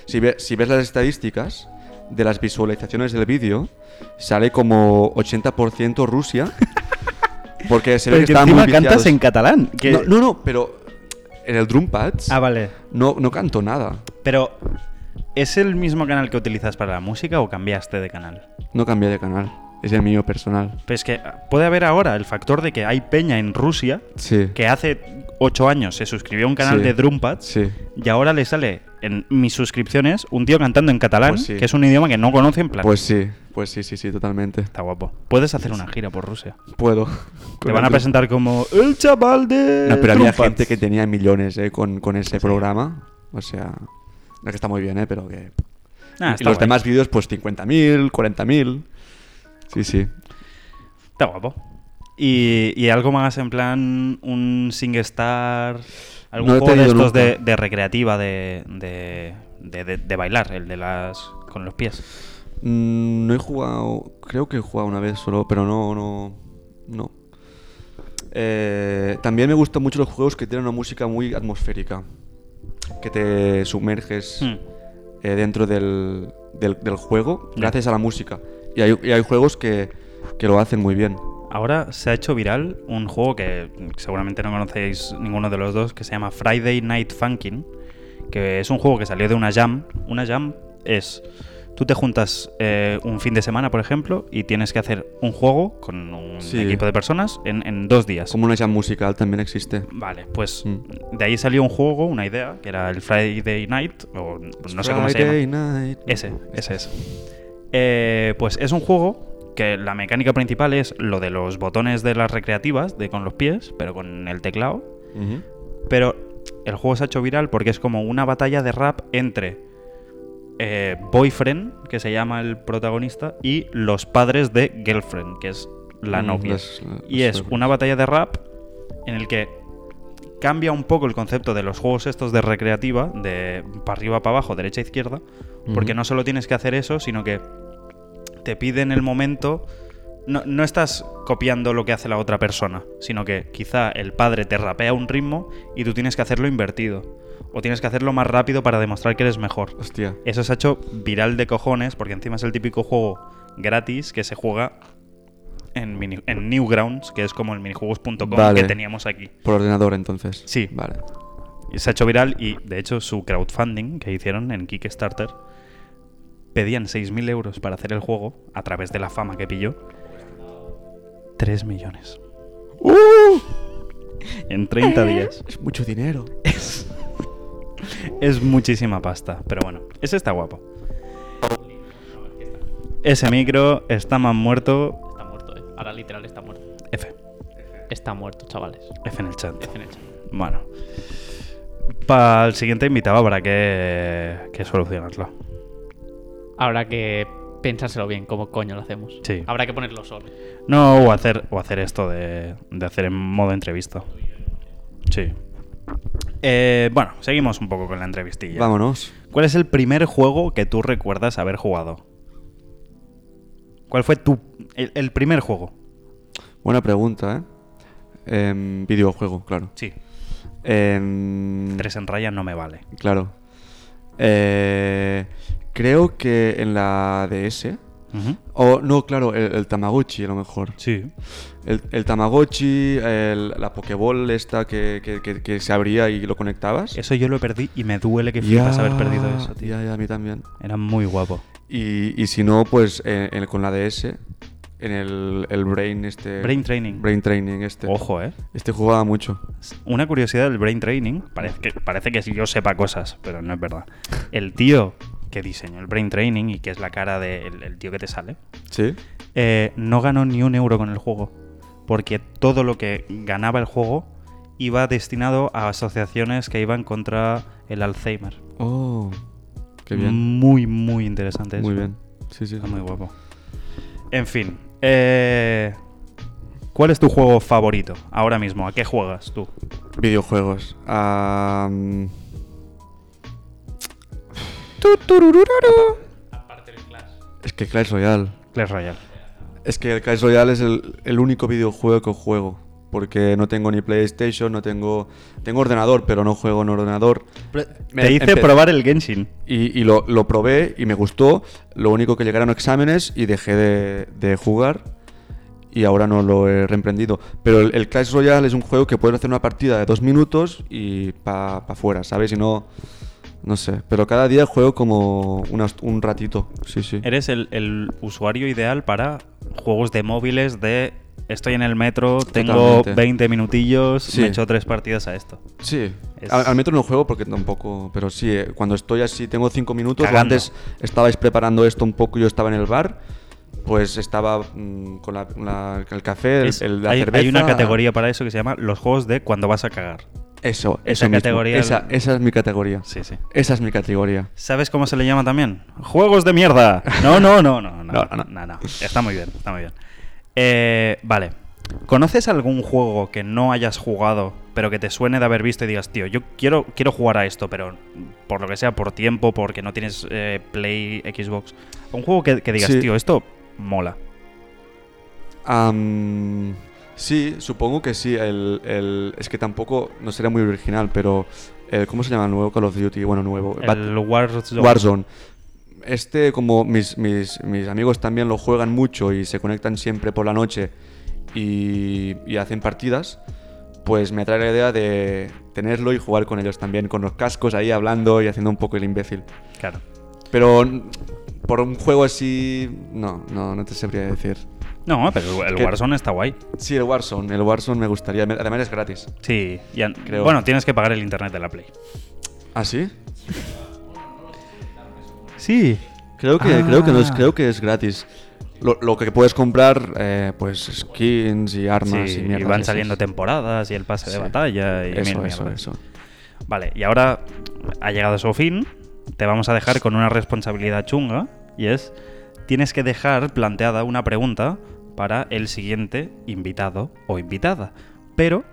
si, ve- si ves las estadísticas de las visualizaciones del vídeo, sale como 80% Rusia. Porque se ve Pero que que estaban muy encima cantas viciados. en catalán. que- No, no, no, pero en el Drumpads Ah, vale. no, no canto nada. Pero, ¿es el mismo canal que utilizas para la música o cambiaste de canal? No cambié de canal. Es el mío personal. Pues que ah, puede haber ahora el factor de que hay peña en Rusia Sí. que hace ocho años se suscribió a un canal Sí. de Drumpads Sí. y ahora le sale en mis suscripciones un tío cantando en catalán, Pues sí. que es un idioma que no conoce en plan. Pues sí, pues sí, sí, sí, totalmente. Está guapo. Puedes hacer una gira por Rusia. Puedo. Te Con van a el- presentar como "Eh, el chaval de. No, pero había Drumpads". gente que tenía millones eh, con, con ese programa. O sea, no que está muy bien, eh, pero que. Ah, y está los guay. demás vídeos, pues 50.000, 40.000. Sí, sí. Está guapo. Y, y algo más en plan un SingStar, algún No he juego de tenido estos de, nunca. de recreativa de, de, de- de- de bailar, el de las con los pies. Mm, No he jugado. Creo que he jugado una vez solo, pero no, no. No. Eh, también me gustan mucho los juegos que tienen una música muy atmosférica. Que te sumerges Hmm. eh, dentro del, del- del juego Ya. gracias a la música. Y hay, y hay juegos que, que lo hacen muy bien. Ahora se ha hecho viral un juego que seguramente no conocéis ninguno de los dos, que se llama Friday Night Funkin', que es un juego que salió de una jam. Una jam es, tú te juntas eh, un fin de semana, por ejemplo, y tienes que hacer un juego con un Sí. equipo de personas en, en dos días. Como una jam musical también existe. Vale, pues Mm. de ahí salió un juego, una idea, que era el Friday Night, o Pues no sé cómo se llama. Friday night. Ese, ese es. Eh, pues es un juego que la mecánica principal es lo de los botones de las recreativas, de con los pies, pero con el teclado. Ujú. Pero el juego se ha hecho viral porque es como una batalla de rap entre eh, Boyfriend, que se llama el protagonista, y los padres de Girlfriend, que es la Mm, novia. las- las- y las es novias. una batalla de rap en el que cambia un poco el concepto de los juegos estos de recreativa, de para arriba, para abajo, derecha, izquierda, porque Ujú. no solo tienes que hacer eso, sino que te piden el momento... No, no estás copiando lo que hace la otra persona, sino que quizá el padre te rapea un ritmo y tú tienes que hacerlo invertido. O tienes que hacerlo más rápido para demostrar que eres mejor. Hostia. Eso se ha hecho viral de cojones, porque encima es el típico juego gratis que se juega en, mini- en Newgrounds, que es como el minijuegos.com Vale. que teníamos aquí. Por ordenador entonces. Sí. Vale. Y se ha hecho viral y, de hecho, su crowdfunding que hicieron en Kickstarter pedían 6.000 euros para hacer el juego a través de la fama que pilló. 3 millones. ¡Uh! En 30 días. Es mucho dinero. Es muchísima pasta, pero bueno, ese está guapo. Ese micro está más muerto. Está muerto, eh. Ahora literal está muerto. F. Está muerto, chavales. F en el chat. F en el chat. Bueno. Para el siguiente invitado habrá que, que solucionarlo. Habrá que pensárselo bien, cómo coño lo hacemos. Sí. Habrá que ponerlo solo. No, o hacer, o hacer esto de, de hacer en modo entrevista. Sí. Eh, bueno, seguimos un poco con la entrevistilla. Vámonos. ¿Cuál es el primer juego que tú recuerdas haber jugado? ¿Cuál fue tu, el, el primer juego? Buena pregunta, ¿eh? Em, videojuego, claro. Sí. Em, Tres en raya no me vale. Claro. Eh, creo que en la DS. Ujú. O no, claro, el, el Tamagotchi a lo mejor. Sí. El, el Tamagotchi, el- la Pokéball esta que, que- que- que se abría y lo conectabas. Eso yo lo perdí y me duele que flipas haber perdido eso, tío. Ya, ya, a mí también. Era muy guapo. Y, y si no, pues eh, en- con la DS, en el, el Brain este... Brain Training. Brain Training este. Ojo, ¿eh? Este jugaba mucho. Una curiosidad del brain training, parece que, parece que yo sepa cosas, pero no es verdad. El tío que diseñó el brain training y que es la cara del el tío que te sale, ¿Sí? eh, no ganó ni un euro con el juego, porque todo lo que ganaba el juego iba destinado a asociaciones que iban contra el Alzheimer. Oh, qué bien. Muy, muy interesante. Muy Mm, eso. bien. Sí, sí. Está muy guapo. En fin, eh, ¿cuál es tu juego favorito ahora mismo? ¿A qué juegas tú? Videojuegos. Am, Aparte del Clash. Es que Clash Royale. Clash Royale. Es que el Clash Royale es el, el único videojuego que juego. Porque no tengo ni PlayStation, no tengo. Tengo ordenador, pero no juego en ordenador. Te hice empe- probar el Genshin. Y, y lo, lo probé y me gustó. Lo único que llegaron exámenes y dejé de, de jugar. Y ahora no lo he reemprendido. Pero el, el Clash Royale es un juego que puedes hacer una partida de dos minutos y pa' pa fuera, ¿sabes? Y no. No sé. Pero cada día juego como unas- un ratito. Sí, sí. Eres el, el usuario ideal para juegos de móviles de estoy en el metro, tengo Totalmente. 20 minutillos, Sí. me echo tres partidas a esto. Sí, Es- al, al metro no juego porque tampoco, pero sí, eh, cuando estoy así, tengo cinco minutos, o Cagando. antes estabais preparando esto un poco, yo estaba en el bar, pues estaba mm, con la- la- el café, el, Es- el- la hay, cerveza. hay una categoría para eso que se llama los juegos de cuando vas a cagar. Eso, esa eso mismo, categoría- Esa, esa es mi categoría. Sí, sí. Esa es mi categoría. ¿Sabes cómo se le llama también? Juegos de mierda. No, no, no, no, no, no, No, no, no. no. Está muy bien, está muy bien. Eh, vale. ¿Conoces algún juego que no hayas jugado, pero que te suene de haber visto y digas, tío, yo quiero, quiero jugar a esto, pero por lo que sea, por tiempo, porque no tienes eh, Play, Xbox? Un juego que, que digas, Sí. tío, esto mola. Am, sí, supongo que sí. El, el- es que tampoco, no sería muy original, pero el- ¿cómo se llama el nuevo Call of Duty? Bueno, nuevo. Bat- El Warzone. Warzone. Este, como mis, mis, mis amigos también lo juegan mucho y se conectan siempre por la noche y, y hacen partidas, pues me atrae la idea de tenerlo y jugar con ellos también, con los cascos ahí hablando y haciendo un poco el imbécil. Claro. Pero mm, por un juego así, no, no, no te sabría decir. No, pero el que- Warzone está guay. Sí, el Warzone, el Warzone me gustaría, me- además es gratis. Sí, y an- Creo. bueno, tienes que pagar el internet de la Play. ¿Ah, sí? Sí. Creo que, creo que, no es, Ah. creo que es gratis. Lo, lo que puedes comprar, eh, pues skins y armas Sí, y y, mierda. van saliendo temporadas y el pase de Sí. batalla y Eso, mil eso, mierdas. eso. Vale, y ahora ha llegado a su fin. Te vamos a dejar con una responsabilidad chunga y es tienes que dejar planteada una pregunta para el siguiente invitado o invitada. Pero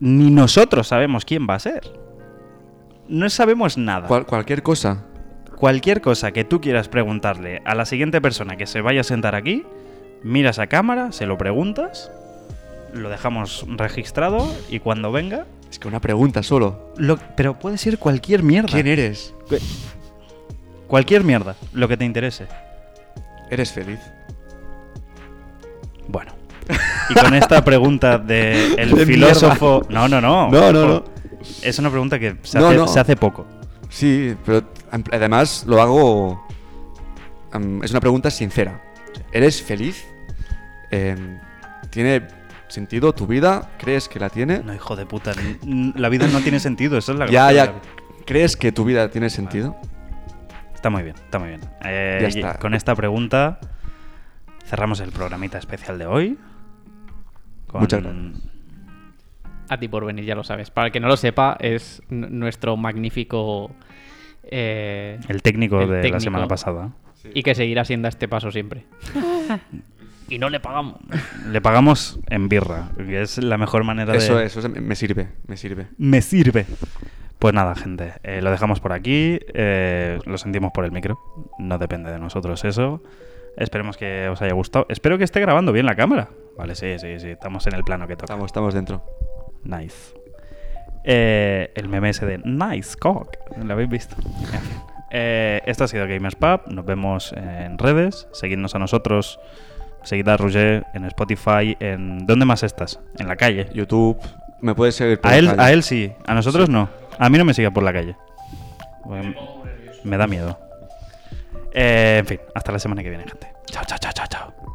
ni nosotros sabemos quién va a ser. No sabemos nada. Cual- cualquier cosa. Cualquier cosa que tú quieras preguntarle a la siguiente persona que se vaya a sentar aquí, miras a cámara, se lo preguntas, lo dejamos registrado y cuando venga, Es que una pregunta solo. lo- pero puede ser cualquier mierda. ¿Quién eres? Cualquier mierda, lo que te interese. ¿Eres feliz? Bueno. Y con esta pregunta de el De filósofo. No, no, no. No, no, ojo. no. Es una pregunta que se, No, hace, no. se hace poco. Sí, pero am- además lo hago... am, es una pregunta sincera. ¿Eres feliz? Em, ¿Tiene sentido tu vida? ¿Crees que la tiene? No, hijo de puta. n- n- La vida no tiene sentido. Esa es la ya, gracia de la ya. vida. ¿Crees que tu vida tiene sentido? Está muy bien, está muy bien. Eh, Ya y está. Con esta pregunta cerramos el programita especial de hoy. Con- Muchas gracias. A ti por venir, ya lo sabes. Para el que no lo sepa, es n- nuestro magnífico... eh, El técnico El de la técnico. semana pasada. Y que seguirá siendo este paso siempre. y no le pagamos. Le pagamos en birra, que es la mejor manera Eso, de... eso es- me sirve, me sirve. Me sirve. Pues nada, gente, eh, lo dejamos por aquí. eh, lo sentimos por el micro. No depende de nosotros eso. Esperemos que os haya gustado. Espero que esté grabando bien la cámara. Vale, sí, sí, sí. Estamos en el plano que toca. Estamos, estamos dentro. Nice. Eh, el meme ese de Nice Cock. ¿Lo habéis visto? En fin. Eh, esto ha sido Gamers Pub. Nos vemos en redes. Seguidnos a nosotros. Seguid a Roger en Spotify. En... ¿Dónde más estás? En la calle. YouTube, me puedes seguir por A la él, calle. a él sí. A nosotros no. A mí no me siga por la calle. Bueno, me da miedo. Eh, en fin, hasta la semana que viene, gente. Chao, chao, chao, chao, chao.